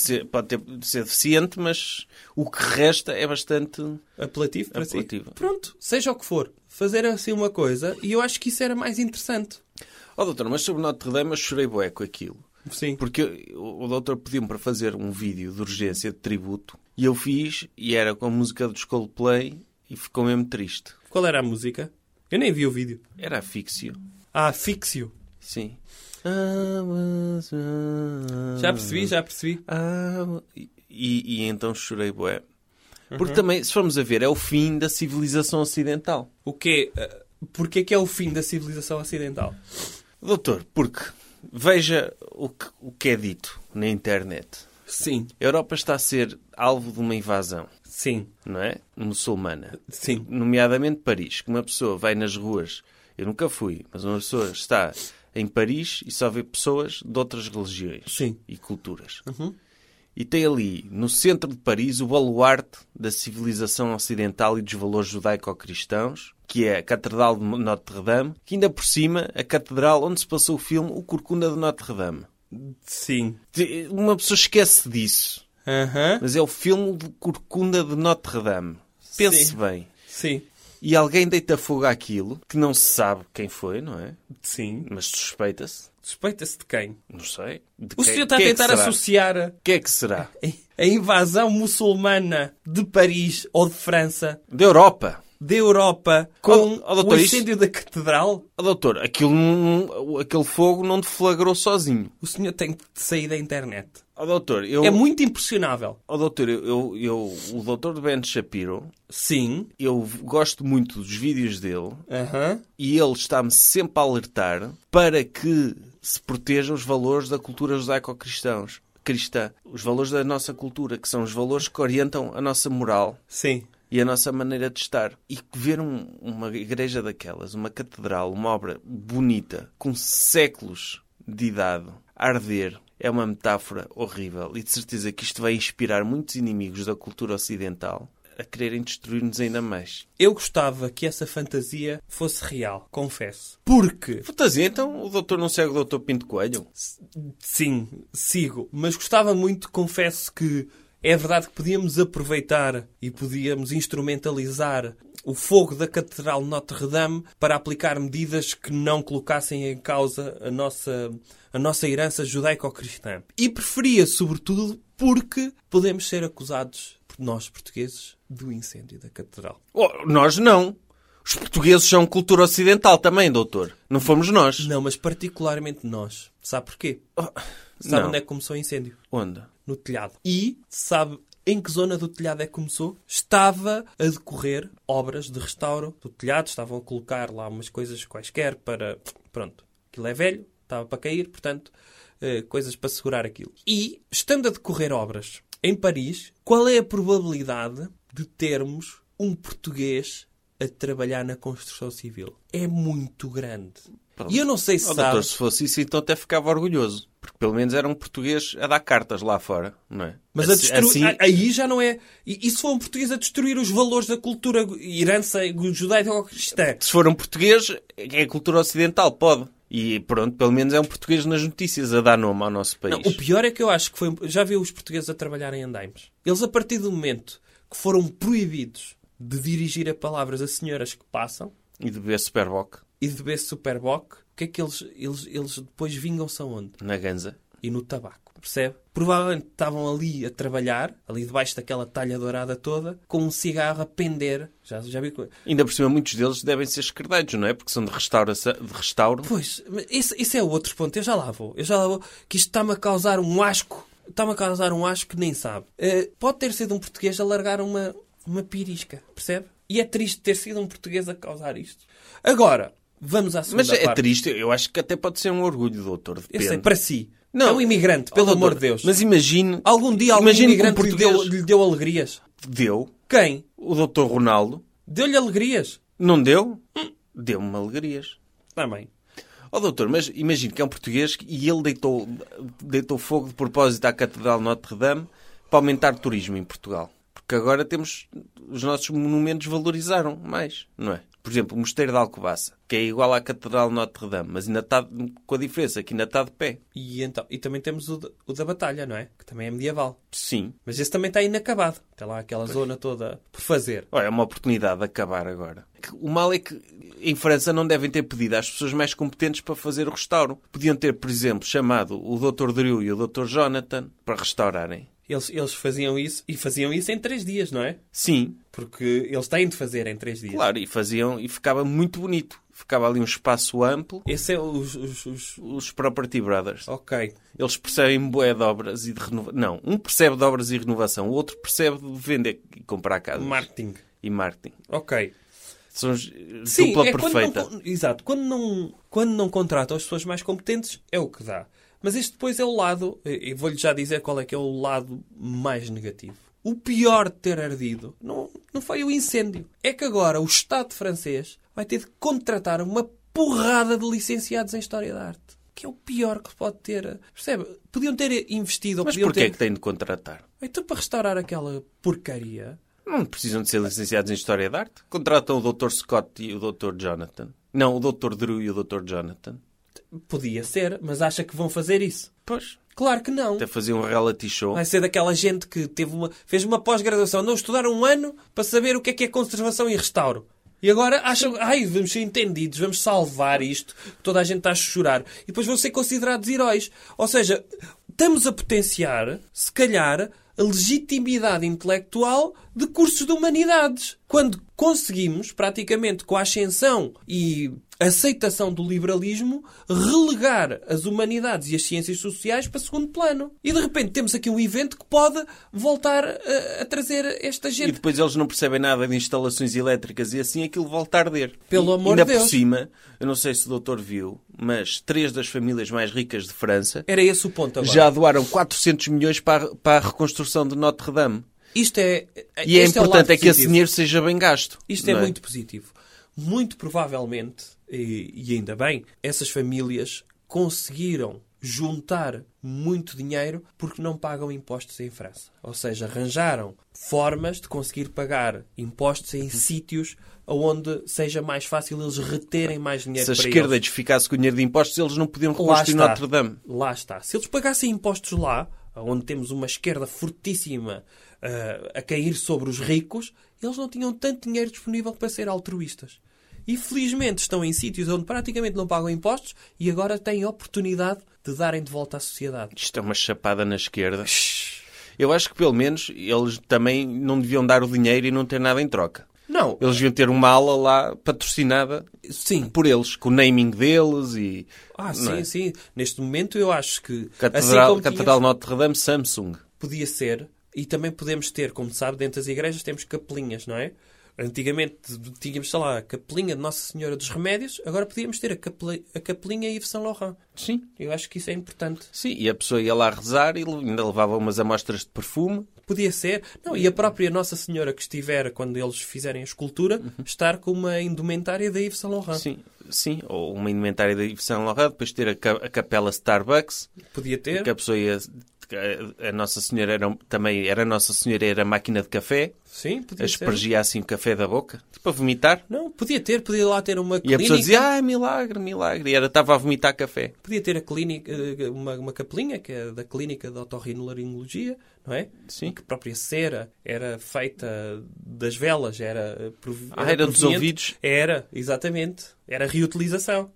[SPEAKER 2] ser.
[SPEAKER 1] ser, pode ter, ser deficiente, mas o que resta é bastante...
[SPEAKER 2] Apelativo para si.
[SPEAKER 1] Apelativo.
[SPEAKER 2] Pronto, seja o que for. Fazer assim uma coisa e eu acho que isso era mais interessante.
[SPEAKER 1] Oh, doutor, mas sobre Notre Dame eu chorei bué com aquilo.
[SPEAKER 2] Sim.
[SPEAKER 1] Porque eu- o doutor pediu-me para fazer um vídeo de urgência de tributo e eu fiz e era com a música dos Coldplay e ficou mesmo triste.
[SPEAKER 2] Qual era a música? Eu nem vi o vídeo.
[SPEAKER 1] Era afixio.
[SPEAKER 2] Ah, Fixio.
[SPEAKER 1] Sim.
[SPEAKER 2] Já percebi, já percebi.
[SPEAKER 1] Ah, e, e então chorei bué. Porque também, se formos a ver, é o fim da civilização ocidental.
[SPEAKER 2] O quê? Ah, Porquê que é o fim da civilização ocidental?
[SPEAKER 1] Doutor, porque veja o que- o que é dito na internet.
[SPEAKER 2] Sim.
[SPEAKER 1] A Europa está a ser alvo de uma invasão,
[SPEAKER 2] Sim.
[SPEAKER 1] não é? Muçulmana.
[SPEAKER 2] Sim.
[SPEAKER 1] Nomeadamente Paris, que uma pessoa vai nas ruas, eu nunca fui, mas uma pessoa está em Paris e só vê pessoas de outras religiões
[SPEAKER 2] Sim. Uhum.
[SPEAKER 1] e culturas. E tem ali, no centro de Paris, o baluarte da civilização ocidental e dos valores judaico-cristãos, que é a Catedral de Notre-Dame, que ainda por cima, a catedral onde se passou o filme O Corcunda de Notre-Dame.
[SPEAKER 2] Sim.
[SPEAKER 1] Te- Uma pessoa esquece disso.
[SPEAKER 2] Aham.
[SPEAKER 1] Mas é o filme de Corcunda de Notre Dame. Pense
[SPEAKER 2] Sim.
[SPEAKER 1] bem.
[SPEAKER 2] Sim.
[SPEAKER 1] E alguém deita fogo àquilo, que não se sabe quem foi, não é?
[SPEAKER 2] Sim.
[SPEAKER 1] Mas suspeita-se.
[SPEAKER 2] Suspeita-se de quem?
[SPEAKER 1] Não sei. De
[SPEAKER 2] O
[SPEAKER 1] quem-
[SPEAKER 2] senhor está a
[SPEAKER 1] quem é que
[SPEAKER 2] tentar
[SPEAKER 1] será?
[SPEAKER 2] associar a-
[SPEAKER 1] Quem é que será?
[SPEAKER 2] a invasão muçulmana de Paris ou de França,
[SPEAKER 1] Da Europa.
[SPEAKER 2] da Europa,
[SPEAKER 1] Oh,
[SPEAKER 2] com
[SPEAKER 1] oh, doutor,
[SPEAKER 2] o
[SPEAKER 1] isto-
[SPEAKER 2] incêndio da catedral?
[SPEAKER 1] Ah, doutor, aquilo, não- aquele fogo não deflagrou sozinho.
[SPEAKER 2] O senhor tem de sair da internet.
[SPEAKER 1] Ah, doutor, eu...
[SPEAKER 2] É muito impressionável.
[SPEAKER 1] Ah, doutor, eu, eu, eu- O doutor Ben Shapiro,
[SPEAKER 2] Sim.
[SPEAKER 1] eu gosto muito dos vídeos dele
[SPEAKER 2] Aham.
[SPEAKER 1] e ele está-me sempre a alertar para que se protejam os valores da cultura judaico-cristãos. Cristã, os valores da nossa cultura, que são os valores que orientam a nossa moral
[SPEAKER 2] Sim.
[SPEAKER 1] e a nossa maneira de estar. E ver um- uma igreja daquelas, uma catedral, uma obra bonita, com séculos de idade, a arder, é uma metáfora horrível. E de certeza que isto vai inspirar muitos inimigos da cultura ocidental a quererem destruir-nos ainda mais.
[SPEAKER 2] Eu gostava que essa fantasia fosse real, confesso. Porque,
[SPEAKER 1] Fantasia, então o doutor não segue o doutor Pinto Coelho?
[SPEAKER 2] sim, sigo, mas gostava muito, confesso que é verdade que podíamos aproveitar e podíamos instrumentalizar o fogo da Catedral de Notre-Dame para aplicar medidas que não colocassem em causa a nossa, a nossa herança judaico-cristã. E preferia, sobretudo, porque podemos ser acusados, por nós portugueses, do incêndio da Catedral.
[SPEAKER 1] Oh, nós não. Os portugueses são cultura ocidental também, doutor. Não fomos nós.
[SPEAKER 2] Não, mas particularmente nós. Sabe porquê?
[SPEAKER 1] Oh,
[SPEAKER 2] Sabe
[SPEAKER 1] não.
[SPEAKER 2] onde é que começou o incêndio?
[SPEAKER 1] Onde?
[SPEAKER 2] No telhado. E sabe em que zona do telhado é que começou? Estava a decorrer obras de restauro do telhado. Estavam a colocar lá umas coisas quaisquer para... Pronto. Aquilo é velho. Estava para cair. Portanto, eh, coisas para segurar aquilo. E, estando a decorrer obras em Paris, qual é a probabilidade de termos um português a trabalhar na construção civil? É muito grande. E eu não sei se
[SPEAKER 1] Oh,
[SPEAKER 2] sabe...
[SPEAKER 1] doutor, se fosse isso, então até ficava orgulhoso. Porque pelo menos era um português a dar cartas lá fora, não é?
[SPEAKER 2] Mas a
[SPEAKER 1] Assim-
[SPEAKER 2] destruir.
[SPEAKER 1] assim-
[SPEAKER 2] a- Aí já não é. E e se for um português a destruir os valores da cultura e herança judaico-cristã?
[SPEAKER 1] se for um português, é cultura ocidental, pode. E pronto, pelo menos é um português nas notícias a dar nome ao nosso país.
[SPEAKER 2] Não, o pior é que eu acho que foi. Já viu os portugueses a trabalhar em andaimes. Eles, a partir do momento que foram proibidos de dirigir a palavras a senhoras que passam
[SPEAKER 1] E de beber Superboc
[SPEAKER 2] e de beber superboc, o que é que eles, eles, eles depois vingam-se aonde?
[SPEAKER 1] na ganza.
[SPEAKER 2] e no tabaco, percebe? Provavelmente estavam ali a trabalhar, ali debaixo daquela talha dourada toda, com um cigarro a pender. Já, já vi. co-
[SPEAKER 1] Ainda por cima, muitos deles devem ser esquerdalhos, não é? Porque são de, restauração, de restauro.
[SPEAKER 2] Pois, mas esse, esse é outro ponto. Eu já lá vou. Eu já lá vou. Que isto está-me a causar um asco. Está-me a causar um asco que nem sabe. Eh, pode ter sido um português a largar uma, uma pirisca, percebe? E é triste ter sido um português a causar isto. Agora, vamos à segunda
[SPEAKER 1] Mas é
[SPEAKER 2] parte.
[SPEAKER 1] triste, eu acho que até pode ser um orgulho, doutor.
[SPEAKER 2] Eu
[SPEAKER 1] Depende.
[SPEAKER 2] sei, para si.
[SPEAKER 1] Não.
[SPEAKER 2] é um imigrante, pelo
[SPEAKER 1] Oh, doutor,
[SPEAKER 2] amor de Deus.
[SPEAKER 1] Mas imagine.
[SPEAKER 2] Algum dia algum
[SPEAKER 1] Imagino que um
[SPEAKER 2] imigrante lhe, deu,
[SPEAKER 1] português-
[SPEAKER 2] lhe deu alegrias.
[SPEAKER 1] Deu.
[SPEAKER 2] Quem?
[SPEAKER 1] O doutor Ronaldo.
[SPEAKER 2] Deu-lhe alegrias.
[SPEAKER 1] Não deu? Deu-me alegrias.
[SPEAKER 2] Também.
[SPEAKER 1] Ó doutor, mas imagino que é um português e ele deitou, deitou fogo de propósito à Catedral de Notre-Dame para aumentar o turismo em Portugal. Porque agora temos. Os nossos monumentos valorizaram mais, não é? Por exemplo, o Mosteiro de Alcobaça, que é igual à Catedral de Notre-Dame, mas ainda está. de- com a diferença que ainda está de pé.
[SPEAKER 2] E, então, e também temos o, da- o da Batalha, não é? Que também é medieval.
[SPEAKER 1] Sim.
[SPEAKER 2] Mas esse também está inacabado. Tem lá aquela zona toda por fazer.
[SPEAKER 1] Olha, é uma oportunidade de acabar agora. O mal é que em França não devem ter pedido às pessoas mais competentes para fazer o restauro. Podiam ter, por exemplo, chamado o Dr. Drew e o Dr. Jonathan para restaurarem.
[SPEAKER 2] Eles, eles faziam isso e faziam isso em três dias, não é?
[SPEAKER 1] Sim,
[SPEAKER 2] Porque eles têm de fazer em três dias.
[SPEAKER 1] claro, e faziam e ficava muito bonito. Ficava ali um espaço amplo.
[SPEAKER 2] Esse é os. os- os-
[SPEAKER 1] Os Property Brothers,
[SPEAKER 2] Ok.
[SPEAKER 1] eles percebem bué de obras e de renovação. Não, um percebe de obras e renovação, o outro percebe de vender e comprar casas.
[SPEAKER 2] Marketing.
[SPEAKER 1] E marketing.
[SPEAKER 2] Ok.
[SPEAKER 1] São os-
[SPEAKER 2] Sim,
[SPEAKER 1] dupla
[SPEAKER 2] é quando não
[SPEAKER 1] perfeita.
[SPEAKER 2] con- exato. Quando não, quando não contratam as pessoas mais competentes, é o que dá. Mas este depois é o lado, e e vou-lhe já dizer qual é que é o lado mais negativo. O pior de ter ardido não, não foi o incêndio. É que agora o Estado francês vai ter de contratar uma porrada de licenciados em História da Arte. Que é o pior que pode ter. Percebe? Podiam ter investido. ou
[SPEAKER 1] Mas
[SPEAKER 2] podiam
[SPEAKER 1] porquê
[SPEAKER 2] ter...
[SPEAKER 1] é que têm de contratar?
[SPEAKER 2] Então, para restaurar aquela porcaria,
[SPEAKER 1] Não precisam de ser licenciados em História da Arte. Contratam o Dr. Scott e o Dr. Jonathan. Não, o Dr. Drew e o Dr. Jonathan.
[SPEAKER 2] podia ser, mas acha que vão fazer isso?
[SPEAKER 1] Pois.
[SPEAKER 2] Claro que não.
[SPEAKER 1] Até faziam um reality show.
[SPEAKER 2] Vai ser daquela gente que teve uma, fez uma pós-graduação, não estudaram um ano para saber o que é que é conservação e restauro. E agora acham, ai, vamos ser entendidos, vamos salvar isto, toda a gente está a chorar. E depois vão ser considerados heróis. Ou seja, estamos a potenciar, se calhar, a legitimidade intelectual de cursos de humanidades. Quando conseguimos, praticamente com a ascensão e aceitação do liberalismo, relegar as humanidades e as ciências sociais para segundo plano. E de repente temos aqui um evento que pode voltar eh, a, a trazer esta
[SPEAKER 1] E
[SPEAKER 2] gente.
[SPEAKER 1] depois eles não percebem nada de instalações elétricas e assim aquilo volta a arder.
[SPEAKER 2] Pelo
[SPEAKER 1] E
[SPEAKER 2] amor
[SPEAKER 1] ainda
[SPEAKER 2] de Deus.
[SPEAKER 1] por cima, eu não sei se o doutor viu, mas três das famílias mais ricas de França
[SPEAKER 2] É Era esse o ponto agora.
[SPEAKER 1] já doaram 400 milhões para, a- para a reconstrução de Notre-Dame.
[SPEAKER 2] Isto é.
[SPEAKER 1] E é
[SPEAKER 2] este o lado
[SPEAKER 1] importante é, que esse
[SPEAKER 2] positivo.
[SPEAKER 1] dinheiro seja bem gasto.
[SPEAKER 2] Isto é,
[SPEAKER 1] não
[SPEAKER 2] muito positivo. Muito provavelmente, e, e ainda bem, essas famílias conseguiram juntar muito dinheiro porque não pagam impostos em França. Ou seja, arranjaram formas de conseguir pagar impostos
[SPEAKER 1] Uhum.
[SPEAKER 2] em sítios onde seja mais fácil eles reterem mais dinheiro
[SPEAKER 1] Se a
[SPEAKER 2] para
[SPEAKER 1] esquerda
[SPEAKER 2] eles.
[SPEAKER 1] lhes ficasse com o dinheiro de impostos, eles não podiam
[SPEAKER 2] Lá
[SPEAKER 1] reconstruir
[SPEAKER 2] está.
[SPEAKER 1] Notre Dame.
[SPEAKER 2] Lá está. Se eles pagassem impostos lá, onde temos uma esquerda fortíssima ah, a cair sobre os ricos, eles não tinham tanto dinheiro disponível para ser altruístas. E felizmente estão em sítios onde praticamente não pagam impostos e agora têm a oportunidade de darem de volta à sociedade.
[SPEAKER 1] Isto é uma chapada na esquerda. Eu acho que pelo menos eles também não deviam dar o dinheiro e não ter nada em troca.
[SPEAKER 2] Não,
[SPEAKER 1] Eles deviam ter uma ala lá patrocinada
[SPEAKER 2] sim.
[SPEAKER 1] por eles, com o naming deles e.
[SPEAKER 2] Ah,
[SPEAKER 1] não
[SPEAKER 2] sim,
[SPEAKER 1] é?
[SPEAKER 2] sim. Neste momento eu acho que
[SPEAKER 1] Catedral,
[SPEAKER 2] assim como tinhas-
[SPEAKER 1] Catedral Notre Dame Samsung.
[SPEAKER 2] podia ser, e também podemos ter, como sabe, dentro das igrejas temos capelinhas, não é? Antigamente tínhamos, sei lá, a capelinha de Nossa Senhora dos Remédios, agora podíamos ter a, capela- a capelinha Yves Saint Laurent.
[SPEAKER 1] Sim.
[SPEAKER 2] Eu acho que isso é importante.
[SPEAKER 1] Sim, e a pessoa ia lá rezar e ainda levava umas amostras de perfume.
[SPEAKER 2] Podia ser. Não, e a própria Nossa Senhora que estiver, quando eles fizerem a escultura, estar com uma indumentária da Yves Saint Laurent.
[SPEAKER 1] Uhum. Sim, sim. Ou uma indumentária da Yves Saint Laurent, depois ter a, ca- a capela Starbucks,
[SPEAKER 2] Podia ter.
[SPEAKER 1] que a pessoa ia. A, a Nossa Senhora era, também era Nossa Senhora, era máquina de café,
[SPEAKER 2] Sim, podia ser.
[SPEAKER 1] aspergia assim o café da boca, tipo a vomitar.
[SPEAKER 2] Não, podia ter. Podia lá ter
[SPEAKER 1] E
[SPEAKER 2] uma
[SPEAKER 1] a
[SPEAKER 2] clínica.
[SPEAKER 1] pessoa dizia, ah, milagre, milagre. E era, estava a vomitar café.
[SPEAKER 2] Podia ter a clínica, eh, uma, uma capelinha, que é da clínica de otorrinolaringologia, não é?
[SPEAKER 1] Sim.
[SPEAKER 2] Em que a própria cera era feita das velas, era... eh, prov-
[SPEAKER 1] Ah, era dos
[SPEAKER 2] proveniente-
[SPEAKER 1] ouvidos.
[SPEAKER 2] Era, exatamente. Era reutilização.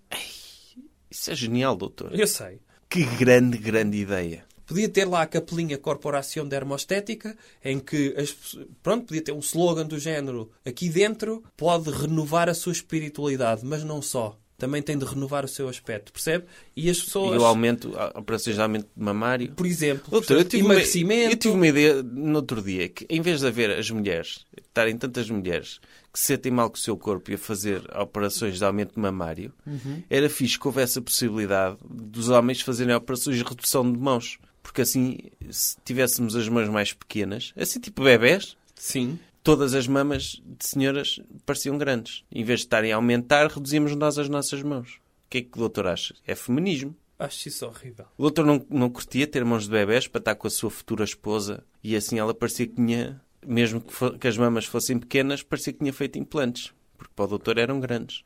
[SPEAKER 1] Isso é genial, doutor.
[SPEAKER 2] Eu sei.
[SPEAKER 1] Que grande, grande ideia.
[SPEAKER 2] Podia ter lá a capelinha Corporação de Hermostética, em que, as, pessoas- pronto, podia ter um slogan do género aqui dentro pode renovar a sua espiritualidade, mas não só. Também tem de renovar o seu aspecto, percebe? E as
[SPEAKER 1] E
[SPEAKER 2] pessoas,
[SPEAKER 1] o aumento, a- operações de aumento mamário.
[SPEAKER 2] por exemplo,
[SPEAKER 1] Doutor, eu tive, uma,
[SPEAKER 2] emagrecimento...
[SPEAKER 1] eu tive uma ideia no outro dia que, em vez de haver as mulheres, estarem tantas mulheres que se sentem mal com o seu corpo e a fazer operações de aumento mamário,
[SPEAKER 2] Uhum.
[SPEAKER 1] era fixe que houvesse a possibilidade dos homens fazerem operações de redução de mãos. Porque assim, se tivéssemos as mãos mais pequenas, assim tipo bebés,
[SPEAKER 2] Sim.
[SPEAKER 1] todas as mamas de senhoras pareciam grandes. Em vez de estarem a aumentar, reduzimos nós as nossas mãos. O que é que o doutor acha? É feminismo.
[SPEAKER 2] Acho isso horrível.
[SPEAKER 1] O doutor não, não curtia ter mãos de bebés para estar com a sua futura esposa e assim ela parecia que tinha, mesmo que, fo- que as mamas fossem pequenas, parecia que tinha feito implantes. Porque para o doutor eram grandes.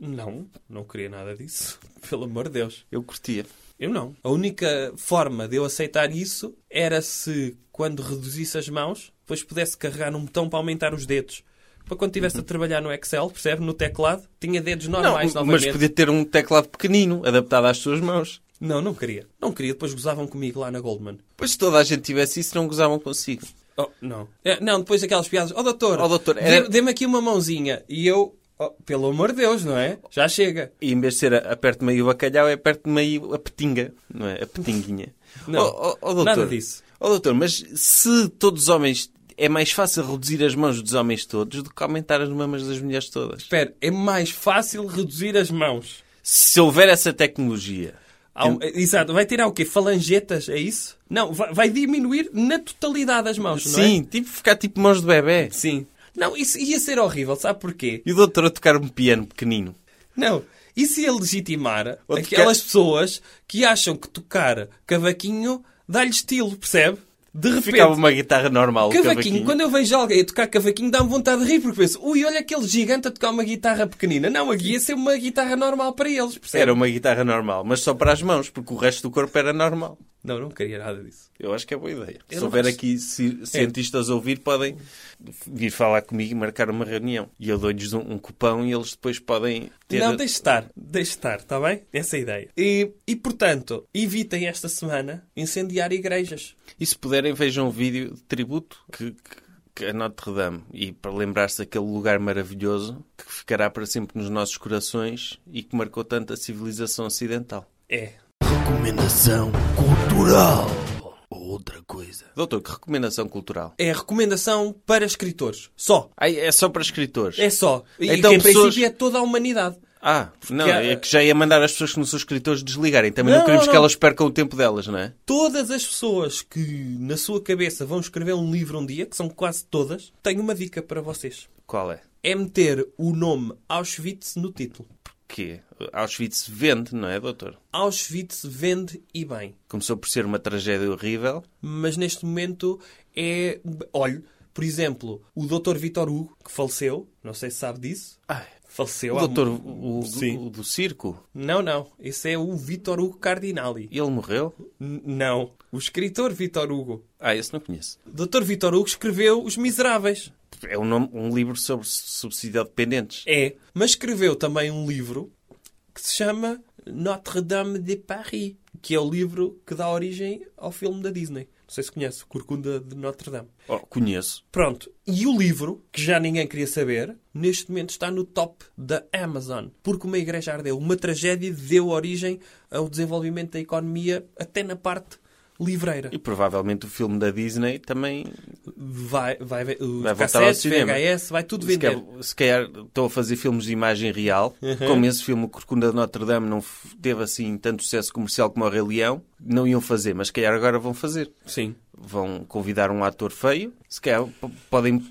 [SPEAKER 2] Não, não queria nada disso. Pelo amor de Deus.
[SPEAKER 1] Eu curtia.
[SPEAKER 2] Eu não. A única forma de eu aceitar isso era se, quando reduzisse as mãos, depois pudesse carregar num botão para aumentar os dedos. Para quando estivesse a trabalhar no Excel, percebe? No teclado, tinha dedos
[SPEAKER 1] Não,
[SPEAKER 2] normais
[SPEAKER 1] mas
[SPEAKER 2] novamente.
[SPEAKER 1] podia ter um teclado pequenino, adaptado às suas mãos.
[SPEAKER 2] Não, não queria. Não queria. Depois gozavam comigo lá na Goldman.
[SPEAKER 1] Pois se toda a gente tivesse isso, não gozavam consigo.
[SPEAKER 2] Oh, não. É, não, depois aquelas piadas. Oh, doutor,
[SPEAKER 1] Oh, doutor,
[SPEAKER 2] dê-
[SPEAKER 1] era-
[SPEAKER 2] dê-me aqui uma mãozinha. E eu, oh, pelo amor de Deus, não é? Já chega.
[SPEAKER 1] E em vez de ser a- aperto-me aí o bacalhau, é aperto-me aí a petinga, não é? A petinguinha.
[SPEAKER 2] Não,
[SPEAKER 1] Ó- ó- ó, doutor,
[SPEAKER 2] nada disso.
[SPEAKER 1] Ó doutor, mas se todos os homens... É mais fácil reduzir as mãos dos homens todos do que aumentar as mamas das mulheres todas.
[SPEAKER 2] Espera, é mais fácil reduzir as mãos.
[SPEAKER 1] Se houver essa tecnologia...
[SPEAKER 2] Há um- Exato, vai tirar o quê? Falangetas, é isso? Não, vai, vai diminuir na totalidade as mãos, não é?
[SPEAKER 1] Sim, tipo ficar tipo mãos de bebê.
[SPEAKER 2] Sim. Não, isso ia ser horrível, sabe porquê?
[SPEAKER 1] E o doutor a tocar um piano pequenino.
[SPEAKER 2] Não, isso ia legitimar
[SPEAKER 1] Ou tocar-
[SPEAKER 2] aquelas pessoas que acham que tocar cavaquinho dá-lhe estilo, percebe? De repente,
[SPEAKER 1] Ficava uma guitarra normal, o
[SPEAKER 2] cavaquinho,
[SPEAKER 1] cavaquinho.
[SPEAKER 2] quando é eu vejo alguém a tocar cavaquinho, dá-me vontade de rir, porque penso, ui, olha aquele gigante a tocar uma guitarra pequenina. Não, aqui ia ser uma guitarra normal para eles, percebe?
[SPEAKER 1] Era uma guitarra normal, mas só para as mãos, porque o resto do corpo era normal.
[SPEAKER 2] Não, não queria nada disso.
[SPEAKER 1] Eu acho que é boa ideia.
[SPEAKER 2] Eu
[SPEAKER 1] Se
[SPEAKER 2] não
[SPEAKER 1] houver
[SPEAKER 2] acho. É.
[SPEAKER 1] aqui ci- cientistas a ouvir, podem vir falar comigo e marcar uma reunião. E eu dou-lhes um, um cupão e eles depois podem ter...
[SPEAKER 2] Não, deixe estar. Deixe estar, está bem? Essa é a ideia. E, e, portanto, evitem esta semana incendiar igrejas.
[SPEAKER 1] E se puderem, vejam o vídeo de tributo que, que, que a Notre Dame. E para lembrar-se daquele lugar maravilhoso que ficará para sempre nos nossos corações e que marcou tanto a civilização ocidental.
[SPEAKER 2] É.
[SPEAKER 3] Recomendação cultural. Outra coisa.
[SPEAKER 1] Doutor, que recomendação cultural?
[SPEAKER 2] É a recomendação para escritores. Só.
[SPEAKER 1] Ai, é só para escritores.
[SPEAKER 2] É só. E
[SPEAKER 1] Então,
[SPEAKER 2] que, em
[SPEAKER 1] pessoas-
[SPEAKER 2] princípio, é toda a humanidade.
[SPEAKER 1] Ah, não,
[SPEAKER 2] há-
[SPEAKER 1] é que já ia mandar as pessoas que não são escritores desligarem. Também não,
[SPEAKER 2] Não,
[SPEAKER 1] queremos
[SPEAKER 2] não.
[SPEAKER 1] que elas percam o tempo delas, não é?
[SPEAKER 2] Todas as pessoas que na sua cabeça vão escrever um livro um dia, que são quase todas, tenho uma dica para vocês.
[SPEAKER 1] Qual é?
[SPEAKER 2] É meter o nome Auschwitz no título.
[SPEAKER 1] Que Auschwitz vende, não é, doutor?
[SPEAKER 2] Auschwitz vende e bem.
[SPEAKER 1] Começou por ser uma tragédia horrível.
[SPEAKER 2] mas neste momento é. Olhe, por exemplo, o Dr. Vitor Hugo, que faleceu, não sei se sabe disso. Faleceu há
[SPEAKER 1] o doutor,
[SPEAKER 2] mu-
[SPEAKER 1] o,
[SPEAKER 2] Sim.
[SPEAKER 1] o do circo,
[SPEAKER 2] Não, não. Esse é o Vitor Hugo Cardinali.
[SPEAKER 1] ele morreu?
[SPEAKER 2] N- não. O escritor Vitor Hugo.
[SPEAKER 1] Ah, esse não conheço.
[SPEAKER 2] Dr. Vitor Hugo escreveu Os Miseráveis.
[SPEAKER 1] É um, nome- um livro sobre subsídio a dependentes.
[SPEAKER 2] É. Mas escreveu também um livro que se chama Notre-Dame de Paris, que é o livro que dá origem ao filme da Disney. Não sei se conhece, Corcunda de Notre-Dame.
[SPEAKER 1] Oh, conheço.
[SPEAKER 2] Pronto, e o livro, que já ninguém queria saber, neste momento está no top da Amazon. Porque uma igreja ardeu. Uma tragédia deu origem ao desenvolvimento da economia, até na parte livreira.
[SPEAKER 1] E provavelmente o filme da Disney também.
[SPEAKER 2] Vai, vai, ver- os
[SPEAKER 1] Vai voltar
[SPEAKER 2] cassetes,
[SPEAKER 1] ao cinema.
[SPEAKER 2] VHS, vai tudo
[SPEAKER 1] Se
[SPEAKER 2] vender.
[SPEAKER 1] calhar, se calhar estão a fazer filmes de imagem real. Como esse filme, o Corcunda de Notre Dame, não f- teve assim tanto sucesso comercial como o Rei Leão, não iam fazer, mas se calhar agora vão fazer.
[SPEAKER 2] Sim.
[SPEAKER 1] Vão convidar um ator feio. Se calhar p- podem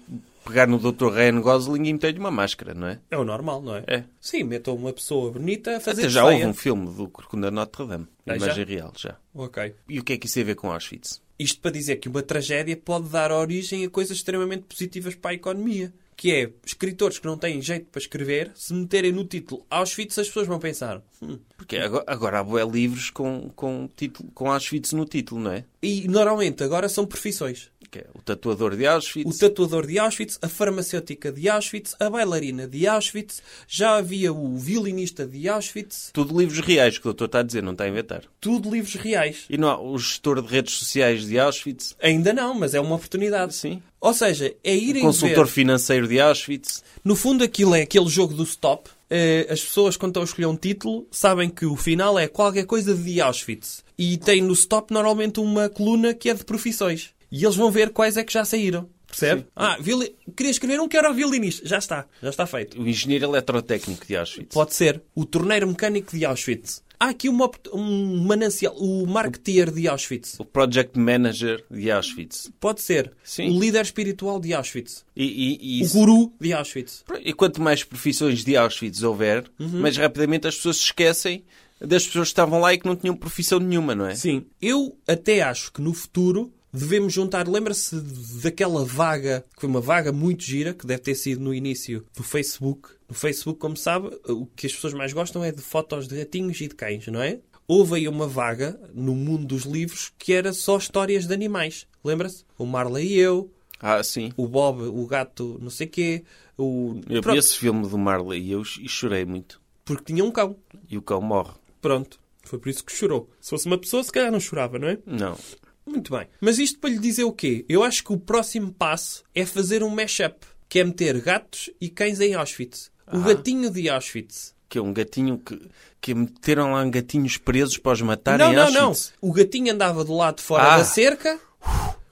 [SPEAKER 1] pegar no Dr. Ryan Gosling e meter-lhe uma máscara, não é?
[SPEAKER 2] É o normal, não é?
[SPEAKER 1] É.
[SPEAKER 2] Sim, metam uma pessoa bonita a fazer
[SPEAKER 1] Até já
[SPEAKER 2] de
[SPEAKER 1] houve
[SPEAKER 2] feia.
[SPEAKER 1] um filme do Corcunda de Notre Dame, de
[SPEAKER 2] Ah, já?
[SPEAKER 1] imagem real, já.
[SPEAKER 2] Ok.
[SPEAKER 1] E o que é que isso tem a ver com Auschwitz?
[SPEAKER 2] Isto para dizer que uma tragédia pode dar origem a coisas extremamente positivas para a economia. Que é, escritores que não têm jeito para escrever, se meterem no título Auschwitz, as pessoas vão pensar. "Hum."
[SPEAKER 1] Porque agora, agora há bué livros com, com, título, com Auschwitz no título, não é?
[SPEAKER 2] E normalmente agora são profissões.
[SPEAKER 1] Que é o tatuador de
[SPEAKER 2] O
[SPEAKER 1] Auschwitz.
[SPEAKER 2] tatuador de Auschwitz, a farmacêutica de Auschwitz, a bailarina de Auschwitz, já havia o violinista de Auschwitz,
[SPEAKER 1] Tudo livros reais que o doutor está a dizer, não está a inventar.
[SPEAKER 2] tudo livros reais.
[SPEAKER 1] E não há o gestor de redes sociais de Auschwitz,
[SPEAKER 2] Ainda não, mas é uma oportunidade.
[SPEAKER 1] Sim. Um
[SPEAKER 2] Ou seja, é irem
[SPEAKER 1] consultor
[SPEAKER 2] ver...
[SPEAKER 1] financeiro de Auschwitz.
[SPEAKER 2] No fundo, aquilo é aquele jogo do stop. Eh, As pessoas, quando estão a escolher um título, sabem que o final é qualquer coisa de Auschwitz. E tem no stop, normalmente, uma coluna que é de profissões. E eles vão ver quais é que já saíram. Percebe? Ah, violi... queria escrever um que era o violinista. Já está. Já está feito.
[SPEAKER 1] O engenheiro eletrotécnico de Auschwitz.
[SPEAKER 2] Pode ser. O torneiro mecânico de Auschwitz. Há aqui uma, op- um manancial. O marketeer de Auschwitz.
[SPEAKER 1] O project manager de Auschwitz.
[SPEAKER 2] Pode ser.
[SPEAKER 1] Sim.
[SPEAKER 2] O líder espiritual de Auschwitz.
[SPEAKER 1] E, e, e,
[SPEAKER 2] O guru de Auschwitz.
[SPEAKER 1] e quanto mais profissões de Auschwitz houver,
[SPEAKER 2] Uhum.
[SPEAKER 1] mais rapidamente as pessoas se esquecem das pessoas que estavam lá e que não tinham profissão nenhuma, não é?
[SPEAKER 2] Sim. Eu até acho que no futuro devemos juntar. Lembra-se daquela vaga, que foi uma vaga muito gira, que deve ter sido no início do Facebook. No Facebook, como sabe, o que as pessoas mais gostam é de fotos de gatinhos e de cães, não é? Houve aí uma vaga no mundo dos livros que era só histórias de animais. Lembra-se? O Marley e eu,
[SPEAKER 1] Ah, sim.
[SPEAKER 2] o Bob, o gato, não sei quê. O...
[SPEAKER 1] Eu
[SPEAKER 2] Pronto,
[SPEAKER 1] vi esse filme do Marley e eu ch- e chorei muito.
[SPEAKER 2] Porque tinha um cão.
[SPEAKER 1] E o cão morre.
[SPEAKER 2] Pronto. Foi por isso que chorou. Se fosse uma pessoa, se calhar não chorava, não é?
[SPEAKER 1] Não.
[SPEAKER 2] Muito bem. Mas isto para lhe dizer o quê? Eu acho que o próximo passo é fazer um mashup, que é meter gatos e cães em Auschwitz. O
[SPEAKER 1] Ah.
[SPEAKER 2] gatinho de Auschwitz.
[SPEAKER 1] Que é um gatinho que, que meteram lá gatinhos presos para os matarem
[SPEAKER 2] Não,
[SPEAKER 1] em
[SPEAKER 2] não, não.
[SPEAKER 1] Auschwitz.
[SPEAKER 2] O gatinho andava do lado de fora
[SPEAKER 1] Ah.
[SPEAKER 2] da cerca.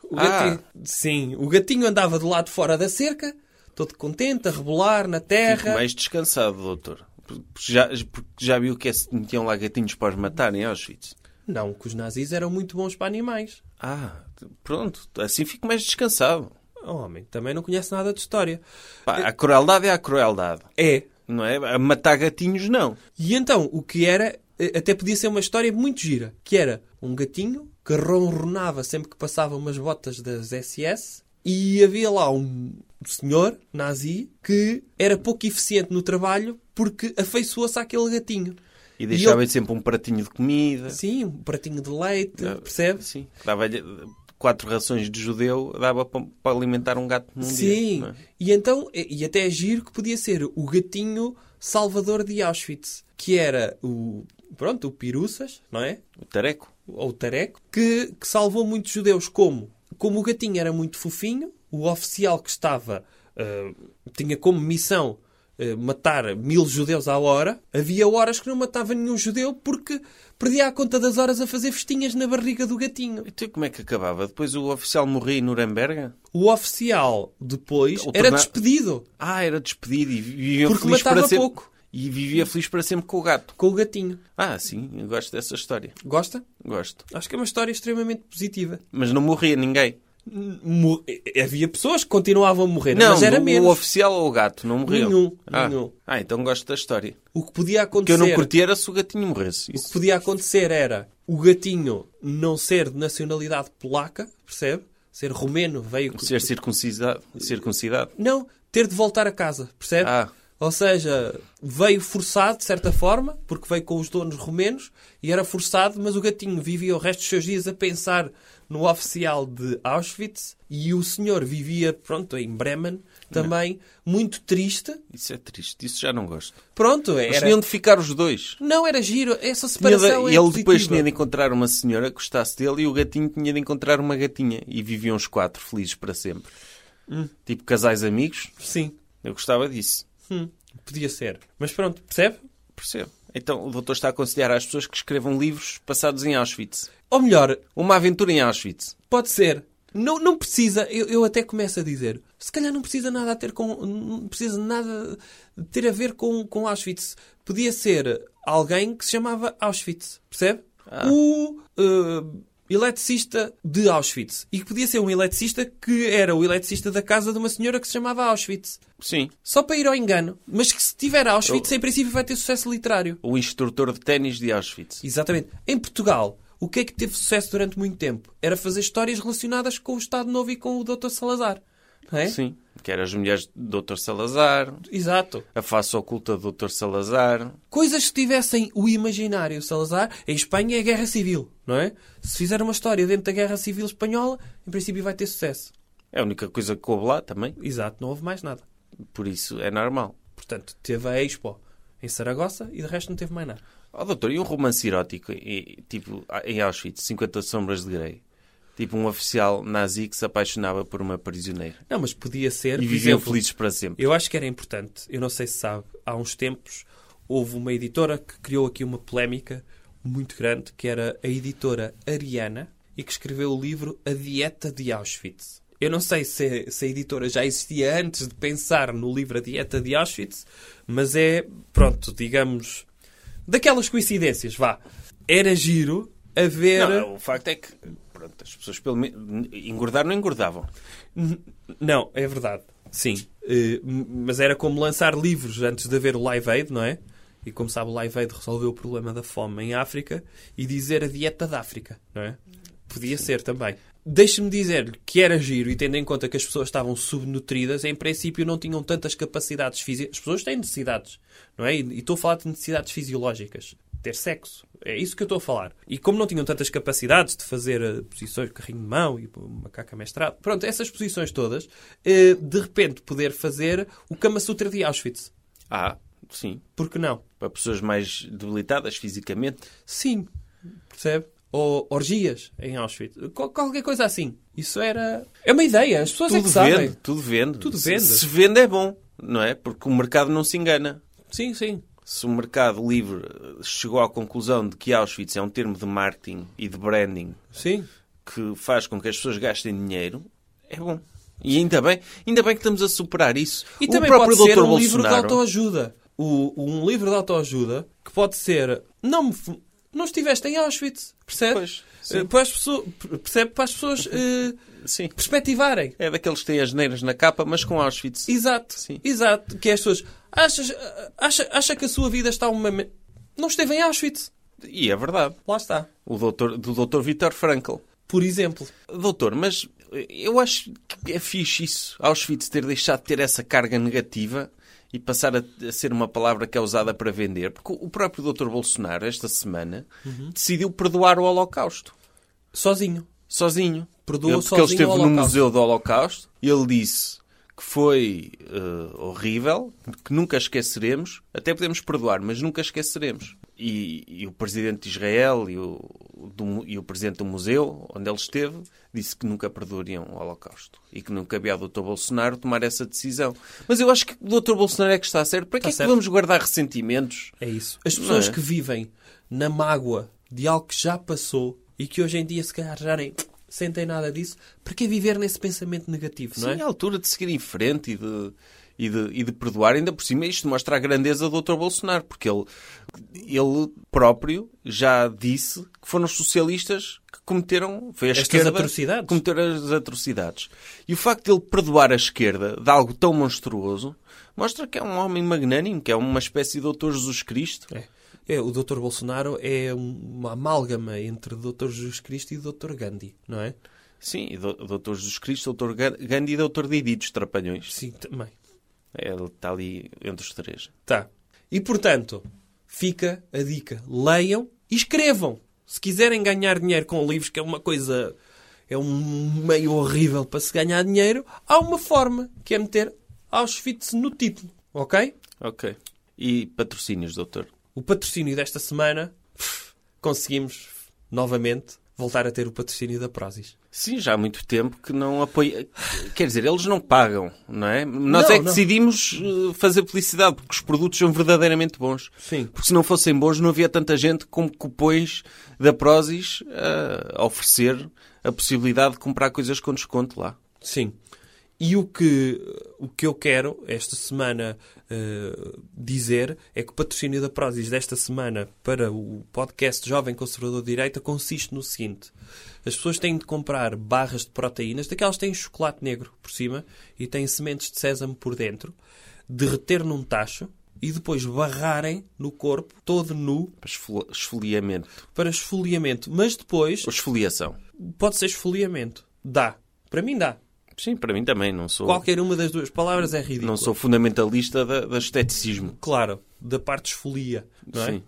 [SPEAKER 2] O
[SPEAKER 1] Ah.
[SPEAKER 2] gatinho... Sim, o gatinho andava do lado de fora da cerca, todo contente, a rebolar na
[SPEAKER 1] Fico
[SPEAKER 2] terra.
[SPEAKER 1] mais descansado, doutor. Porque já, porque já viu que é, se metiam lá gatinhos para os matarem em Auschwitz.
[SPEAKER 2] Não, que os nazis eram muito bons para animais.
[SPEAKER 1] Ah, pronto. Assim fico mais descansado.
[SPEAKER 2] Oh, homem, também não conhece nada de história.
[SPEAKER 1] Pá, a crueldade é a crueldade.
[SPEAKER 2] É,
[SPEAKER 1] Não é? A matar gatinhos, não.
[SPEAKER 2] E então, o que era, eh, até podia ser uma história muito gira, que era um gatinho que ronronava sempre que passava umas botas das SS e havia lá um senhor nazi que era pouco eficiente no trabalho porque afeiçoou-se àquele gatinho.
[SPEAKER 1] E deixava-lhe
[SPEAKER 2] ele-
[SPEAKER 1] sempre um pratinho de comida.
[SPEAKER 2] Sim, um pratinho de leite,
[SPEAKER 1] Ah,
[SPEAKER 2] percebe?
[SPEAKER 1] Sim. Dava-lhe eh, quatro rações de judeu, dava para, para alimentar um gato num dia.
[SPEAKER 2] Sim,
[SPEAKER 1] não é?
[SPEAKER 2] e então, e e até é giro que podia ser o gatinho salvador de Auschwitz, que era o, pronto, o Piruças, não é?
[SPEAKER 1] O tareco.
[SPEAKER 2] ou Tareco, que, que salvou muitos judeus. Como? Como o gatinho era muito fofinho, o oficial que estava ah, tinha como missão ah, matar mil judeus à hora, havia horas que não matava nenhum judeu porque perdia a conta das horas a fazer festinhas na barriga do gatinho.
[SPEAKER 1] Então como é que acabava? Depois o oficial morria em Nuremberg?
[SPEAKER 2] O oficial, depois,
[SPEAKER 1] O
[SPEAKER 2] era
[SPEAKER 1] torna-
[SPEAKER 2] despedido.
[SPEAKER 1] Ah, era despedido e viviam
[SPEAKER 2] Porque
[SPEAKER 1] feliz
[SPEAKER 2] matava
[SPEAKER 1] para sempre.
[SPEAKER 2] pouco.
[SPEAKER 1] E vivia feliz para sempre com o gato.
[SPEAKER 2] Com o gatinho.
[SPEAKER 1] Ah, sim, eu gosto dessa história.
[SPEAKER 2] Gosta?
[SPEAKER 1] Gosto.
[SPEAKER 2] Acho que é uma história extremamente positiva.
[SPEAKER 1] Mas não morria ninguém.
[SPEAKER 2] Mo- eh, havia pessoas que continuavam a morrer,
[SPEAKER 1] Não,
[SPEAKER 2] mas era
[SPEAKER 1] o,
[SPEAKER 2] menos.
[SPEAKER 1] o oficial ou o gato não morreu.
[SPEAKER 2] Nenhum,
[SPEAKER 1] Ah.
[SPEAKER 2] nenhum.
[SPEAKER 1] ah, então gosto da história.
[SPEAKER 2] O que podia
[SPEAKER 1] O que
[SPEAKER 2] acontecer...
[SPEAKER 1] eu não curti era se o gatinho morresse.
[SPEAKER 2] O que
[SPEAKER 1] Isso.
[SPEAKER 2] podia acontecer era o gatinho não ser de nacionalidade polaca, percebe? Ser romeno, veio... com-
[SPEAKER 1] Ser circuncidado. circuncidado.
[SPEAKER 2] Não, ter de voltar a casa, percebe?
[SPEAKER 1] Ah.
[SPEAKER 2] Ou seja, veio forçado, de certa forma, porque veio com os donos romenos e era forçado, mas o gatinho vivia o resto dos seus dias a pensar no oficial de Auschwitz e o senhor vivia, pronto, em Bremen também, muito triste.
[SPEAKER 1] Isso é triste. Isso já não gosto.
[SPEAKER 2] Pronto,
[SPEAKER 1] Mas
[SPEAKER 2] era...
[SPEAKER 1] tinham de ficar os dois.
[SPEAKER 2] Não, era giro. Essa
[SPEAKER 1] Tinha de-
[SPEAKER 2] separação
[SPEAKER 1] e
[SPEAKER 2] é
[SPEAKER 1] ele depois
[SPEAKER 2] positiva.
[SPEAKER 1] tinha de encontrar uma senhora que gostasse dele e o gatinho tinha de encontrar uma gatinha. E viviam os quatro felizes para sempre. Tipo casais amigos.
[SPEAKER 2] Sim,
[SPEAKER 1] Eu gostava disso.
[SPEAKER 2] Hum, podia ser. Mas pronto, percebe?
[SPEAKER 1] Percebo. Então o doutor está a aconselhar às pessoas que escrevam livros passados em Auschwitz.
[SPEAKER 2] Ou melhor,
[SPEAKER 1] Uma aventura em Auschwitz.
[SPEAKER 2] Pode ser. Não, não precisa, eu, eu até começo a dizer, se calhar não precisa nada a ter com. não precisa nada ter a ver com, com Auschwitz. Podia ser alguém que se chamava Auschwitz, percebe? O eh, eletricista de Auschwitz. E que podia ser um eletricista que era o eletricista da casa de uma senhora que se chamava Auschwitz.
[SPEAKER 1] Sim.
[SPEAKER 2] Só para ir ao engano. Mas que se tiver Auschwitz, em princípio vai ter sucesso literário.
[SPEAKER 1] O instrutor de ténis de Auschwitz.
[SPEAKER 2] Exatamente. Em Portugal, o que é que teve sucesso durante muito tempo? Era fazer histórias relacionadas com o Estado Novo e com o Dr. Salazar. Não é?
[SPEAKER 1] Sim. Que eram as mulheres do Dr. Salazar,
[SPEAKER 2] Exato.
[SPEAKER 1] a face oculta do Dr. Salazar.
[SPEAKER 2] Coisas que tivessem o imaginário Salazar, em Espanha é a Guerra Civil, não é? Se fizer uma história dentro da Guerra Civil Espanhola, em princípio vai ter sucesso.
[SPEAKER 1] É a única coisa que coube lá também.
[SPEAKER 2] Exato, não houve mais nada.
[SPEAKER 1] Por isso é normal.
[SPEAKER 2] Portanto, teve a Expo em Saragossa e de resto não teve mais nada.
[SPEAKER 1] Oh, doutor, e um romance erótico e, tipo em Auschwitz, 50 sombras de Grey? Tipo um oficial nazi que se apaixonava por uma prisioneira.
[SPEAKER 2] Não, mas podia ser.
[SPEAKER 1] E
[SPEAKER 2] por
[SPEAKER 1] viviam
[SPEAKER 2] exemplo,
[SPEAKER 1] felizes para sempre.
[SPEAKER 2] Eu acho que era importante, eu não sei se sabe, há uns tempos houve uma editora que criou aqui uma polémica muito grande, que era a editora Ariana e que escreveu o livro A Dieta de Auschwitz. Eu não sei se, se a editora já existia antes de pensar no livro A Dieta de Auschwitz, mas é, pronto, digamos, daquelas coincidências, vá. Era giro haver.
[SPEAKER 1] Não, o facto é que pronto, as pessoas pelo menos engordar não engordavam.
[SPEAKER 2] N- Não, é verdade. Sim. Eh, m- mas era como lançar livros antes de haver o Live Aid, não é? E como sabe, o Live Aid resolveu o problema da fome em África e dizer a dieta da África, não é? Podia ser também. Deixe-me dizer-lhe que era giro e tendo em conta que as pessoas estavam subnutridas, em princípio não tinham tantas capacidades físicas. As pessoas têm necessidades, não é? E e estou a falar de necessidades fisiológicas. Ter sexo. É isso que eu estou a falar. E como não tinham tantas capacidades de fazer eh, posições de carrinho de mão e pô, macaca mestrado, pronto, essas posições todas, eh, de repente poder fazer o Kama Sutra de Auschwitz.
[SPEAKER 1] Ah, sim.
[SPEAKER 2] Por que não?
[SPEAKER 1] Para pessoas mais debilitadas fisicamente.
[SPEAKER 2] Sim. Percebe? Ou orgias em Auschwitz. Qual- qualquer coisa assim. Isso era. É uma ideia. As pessoas é que
[SPEAKER 1] Tudo
[SPEAKER 2] sabem.
[SPEAKER 1] vende, tudo vende.
[SPEAKER 2] Tudo
[SPEAKER 1] Se-
[SPEAKER 2] vende.
[SPEAKER 1] Se vende é bom, não é? Porque o mercado não se engana.
[SPEAKER 2] Sim, sim.
[SPEAKER 1] Se o mercado livre eh, chegou à conclusão de que Auschwitz é um termo de marketing e de branding
[SPEAKER 2] Sim.
[SPEAKER 1] que faz com que as pessoas gastem dinheiro, é bom. E ainda bem, ainda bem que estamos a superar isso.
[SPEAKER 2] E
[SPEAKER 1] o
[SPEAKER 2] também
[SPEAKER 1] próprio
[SPEAKER 2] pode ser
[SPEAKER 1] Dr.
[SPEAKER 2] um livro de
[SPEAKER 1] Bolsonaro-
[SPEAKER 2] autoajuda. O, um livro de autoajuda que pode ser. Não me fu- Não estiveste em Auschwitz, percebes?
[SPEAKER 1] Pois, sim.
[SPEAKER 2] Eh, Para as pessoas, percebe? Para as pessoas eh,
[SPEAKER 1] Sim.
[SPEAKER 2] perspectivarem.
[SPEAKER 1] É daqueles que têm as neiras na capa, mas com Auschwitz.
[SPEAKER 2] Exato,
[SPEAKER 1] Sim.
[SPEAKER 2] exato. Que é as pessoas. Achas, acha, acha que a sua vida está uma. me- Não esteve em Auschwitz.
[SPEAKER 1] E é verdade.
[SPEAKER 2] Lá está.
[SPEAKER 1] O doutor, do Dr. Vítor Frankl.
[SPEAKER 2] Por exemplo.
[SPEAKER 1] Doutor, mas eu acho que é fixe isso, Auschwitz ter deixado de ter essa carga negativa e passar a, a ser uma palavra que é usada para vender, porque o próprio doutor Bolsonaro, esta semana, decidiu perdoar o Holocausto,
[SPEAKER 2] Sozinho.
[SPEAKER 1] sozinho.
[SPEAKER 2] Perdoou
[SPEAKER 1] ele, É porque
[SPEAKER 2] sozinho
[SPEAKER 1] ele esteve
[SPEAKER 2] o
[SPEAKER 1] no
[SPEAKER 2] Holocausto.
[SPEAKER 1] Museu do Holocausto, ele disse que foi eh, horrível, que nunca esqueceremos, até podemos perdoar, mas nunca esqueceremos. E, e o presidente de Israel e o, do- e o presidente do museu, onde ele esteve, disse que nunca perdoariam o Holocausto e que não cabia ao Dr. Bolsonaro tomar essa decisão. Mas eu acho que o Dr. Bolsonaro é que está certo. Para que é que
[SPEAKER 2] certo.
[SPEAKER 1] vamos guardar ressentimentos?
[SPEAKER 2] É isso. As pessoas
[SPEAKER 1] Não é?
[SPEAKER 2] que vivem na mágoa de algo que já passou e que hoje em dia se calhar já nem sentem nada disso, para que viver nesse pensamento negativo, não é?
[SPEAKER 1] Sim, é a altura de seguir em frente e de, e de, e de perdoar. Ainda por cima, isto mostra a grandeza do Dr. Bolsonaro, porque ele, ele próprio já disse que foram os socialistas que cometeram, foi a
[SPEAKER 2] Estas
[SPEAKER 1] esquerda,
[SPEAKER 2] atrocidades.
[SPEAKER 1] que cometeram as atrocidades. E o facto de ele perdoar a esquerda de algo tão monstruoso mostra que é um homem magnânimo, que é uma espécie de Doutor Jesus Cristo.
[SPEAKER 2] É. É, o Dr. Bolsonaro é um- uma amálgama entre o Dr. Jesus Cristo e o Dr. Gandhi, não é?
[SPEAKER 1] Sim, e do- Doutor Jesus Cristo, Doutor Ga- Gandhi e Doutor Didi dos Trapalhões.
[SPEAKER 2] Sim, também.
[SPEAKER 1] É, Ele está ali entre os três.
[SPEAKER 2] Tá. E portanto, fica a dica. Leiam e escrevam. Se quiserem ganhar dinheiro com livros, que é uma coisa. é um meio horrível para se ganhar dinheiro, há uma forma, que é meter Auschwitz no título. Ok?
[SPEAKER 1] Ok. E patrocínios, doutor?
[SPEAKER 2] O patrocínio desta semana, conseguimos novamente voltar a ter o patrocínio da Prozis.
[SPEAKER 1] Sim, já há muito tempo que não apoia. Quer dizer, eles não pagam, não é? Nós
[SPEAKER 2] Não,
[SPEAKER 1] é que
[SPEAKER 2] não.
[SPEAKER 1] decidimos eh, fazer publicidade, porque os produtos são verdadeiramente bons.
[SPEAKER 2] Sim.
[SPEAKER 1] Porque se não fossem bons, não havia tanta gente como cupões da Prozis eh, a oferecer a possibilidade de comprar coisas com desconto lá.
[SPEAKER 2] Sim. E o que, o que eu quero esta semana eh, dizer é que o patrocínio da Prozis desta semana para o podcast Jovem Conservador de Direita consiste no seguinte: as pessoas têm de comprar barras de proteínas, daquelas que têm chocolate negro por cima e têm sementes de sésamo por dentro, derreter num tacho e depois barrarem no corpo, todo nu,
[SPEAKER 1] Esfoli- Esfoliamento.
[SPEAKER 2] para esfoliamento. Mas depois
[SPEAKER 1] Ou esfoliação.
[SPEAKER 2] pode ser esfoliamento. Dá. Para mim dá.
[SPEAKER 1] Sim, para mim também. Não sou,
[SPEAKER 2] Qualquer uma das duas palavras é ridículo.
[SPEAKER 1] Oh. não sou fundamentalista da, da esteticismo.
[SPEAKER 2] Claro, da parte esfolia. Não é?
[SPEAKER 1] Sim.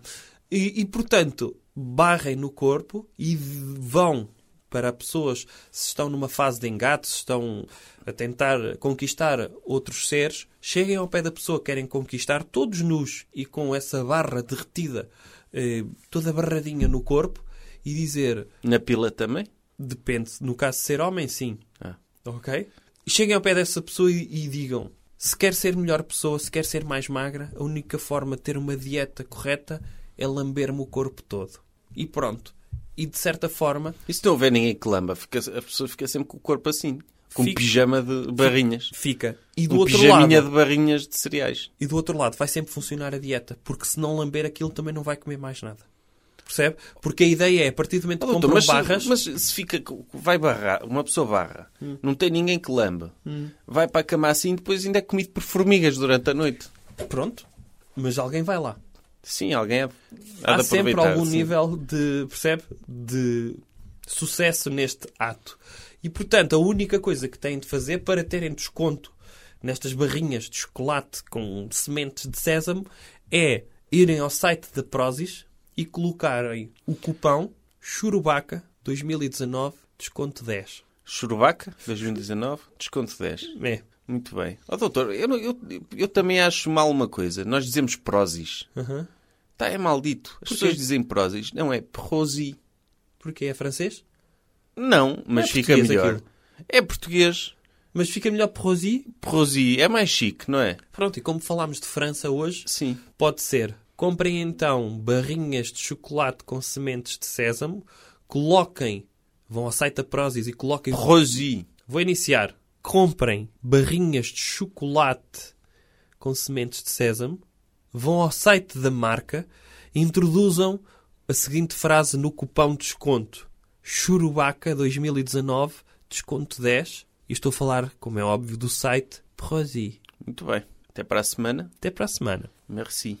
[SPEAKER 2] E, e, portanto, barrem no corpo e vão para pessoas se estão numa fase de engate, se estão a tentar conquistar outros seres, cheguem ao pé da pessoa que querem conquistar, todos nus e com essa barra derretida, eh, toda barradinha no corpo, e dizer:
[SPEAKER 1] Na pila também?
[SPEAKER 2] depende, no caso de ser homem, sim,
[SPEAKER 1] Ah.
[SPEAKER 2] Ok? Cheguem ao pé dessa pessoa e, e digam: se quer ser melhor pessoa, se quer ser mais magra, a única forma de ter uma dieta correta é lamber-me o corpo todo. E pronto. E de certa forma,
[SPEAKER 1] E se não houver ninguém que lamba, fica, a pessoa fica sempre com o corpo assim. Com um
[SPEAKER 2] Fica-
[SPEAKER 1] pijama de barrinhas.
[SPEAKER 2] fica. E do
[SPEAKER 1] Um
[SPEAKER 2] outro lado.
[SPEAKER 1] pijaminha de barrinhas de cereais.
[SPEAKER 2] E do outro lado, vai sempre funcionar a dieta. Porque se não lamber aquilo, também não vai comer mais nada. Percebe? Porque a ideia é, a partir do momento que
[SPEAKER 1] Doutor,
[SPEAKER 2] compram
[SPEAKER 1] mas,
[SPEAKER 2] barras.
[SPEAKER 1] mas se fica. co- Vai barrar, uma pessoa barra, não tem ninguém que lambe, vai para a cama assim e depois ainda é comido por formigas durante a noite.
[SPEAKER 2] Pronto. Mas alguém vai lá.
[SPEAKER 1] Sim, alguém há, há
[SPEAKER 2] há
[SPEAKER 1] de
[SPEAKER 2] sempre
[SPEAKER 1] aproveitar,
[SPEAKER 2] algum
[SPEAKER 1] sim.
[SPEAKER 2] nível de, percebe? De sucesso neste ato. E, portanto, a única coisa que têm de fazer para terem desconto nestas barrinhas de chocolate com sementes de sésamo é irem ao site da Prozis e colocarem o cupão Churubaca 2019 desconto 10.
[SPEAKER 1] Churubaca, 2019, desconto 10.
[SPEAKER 2] É.
[SPEAKER 1] Muito bem. Ó doutor, eu, não- eu, eu também acho mal uma coisa. Nós dizemos prósis.
[SPEAKER 2] Aham.
[SPEAKER 1] Tá, é maldito. As pessoas dizem prósis. Não é prosi.
[SPEAKER 2] Porque é francês?
[SPEAKER 1] Não, mas
[SPEAKER 2] é
[SPEAKER 1] fica
[SPEAKER 2] português
[SPEAKER 1] melhor.
[SPEAKER 2] aquilo.
[SPEAKER 1] É português.
[SPEAKER 2] Mas fica melhor Prosi.
[SPEAKER 1] Prosi é mais chique, não é?
[SPEAKER 2] Pronto, e como falámos de França hoje,
[SPEAKER 1] Sim.
[SPEAKER 2] Pode ser. Comprem então barrinhas de chocolate com sementes de sésamo, coloquem, vão ao site da Prozis e coloquem.
[SPEAKER 1] Prosi.
[SPEAKER 2] Vou iniciar. Comprem barrinhas de chocolate com sementes de sésamo, vão ao site da marca, introduzam a seguinte frase no cupão de desconto: Churubaca 2019, desconto 10. E estou a falar, como é óbvio, do site Prozis.
[SPEAKER 1] Muito bem. Até para a semana.
[SPEAKER 2] Até para a semana.
[SPEAKER 1] Merci.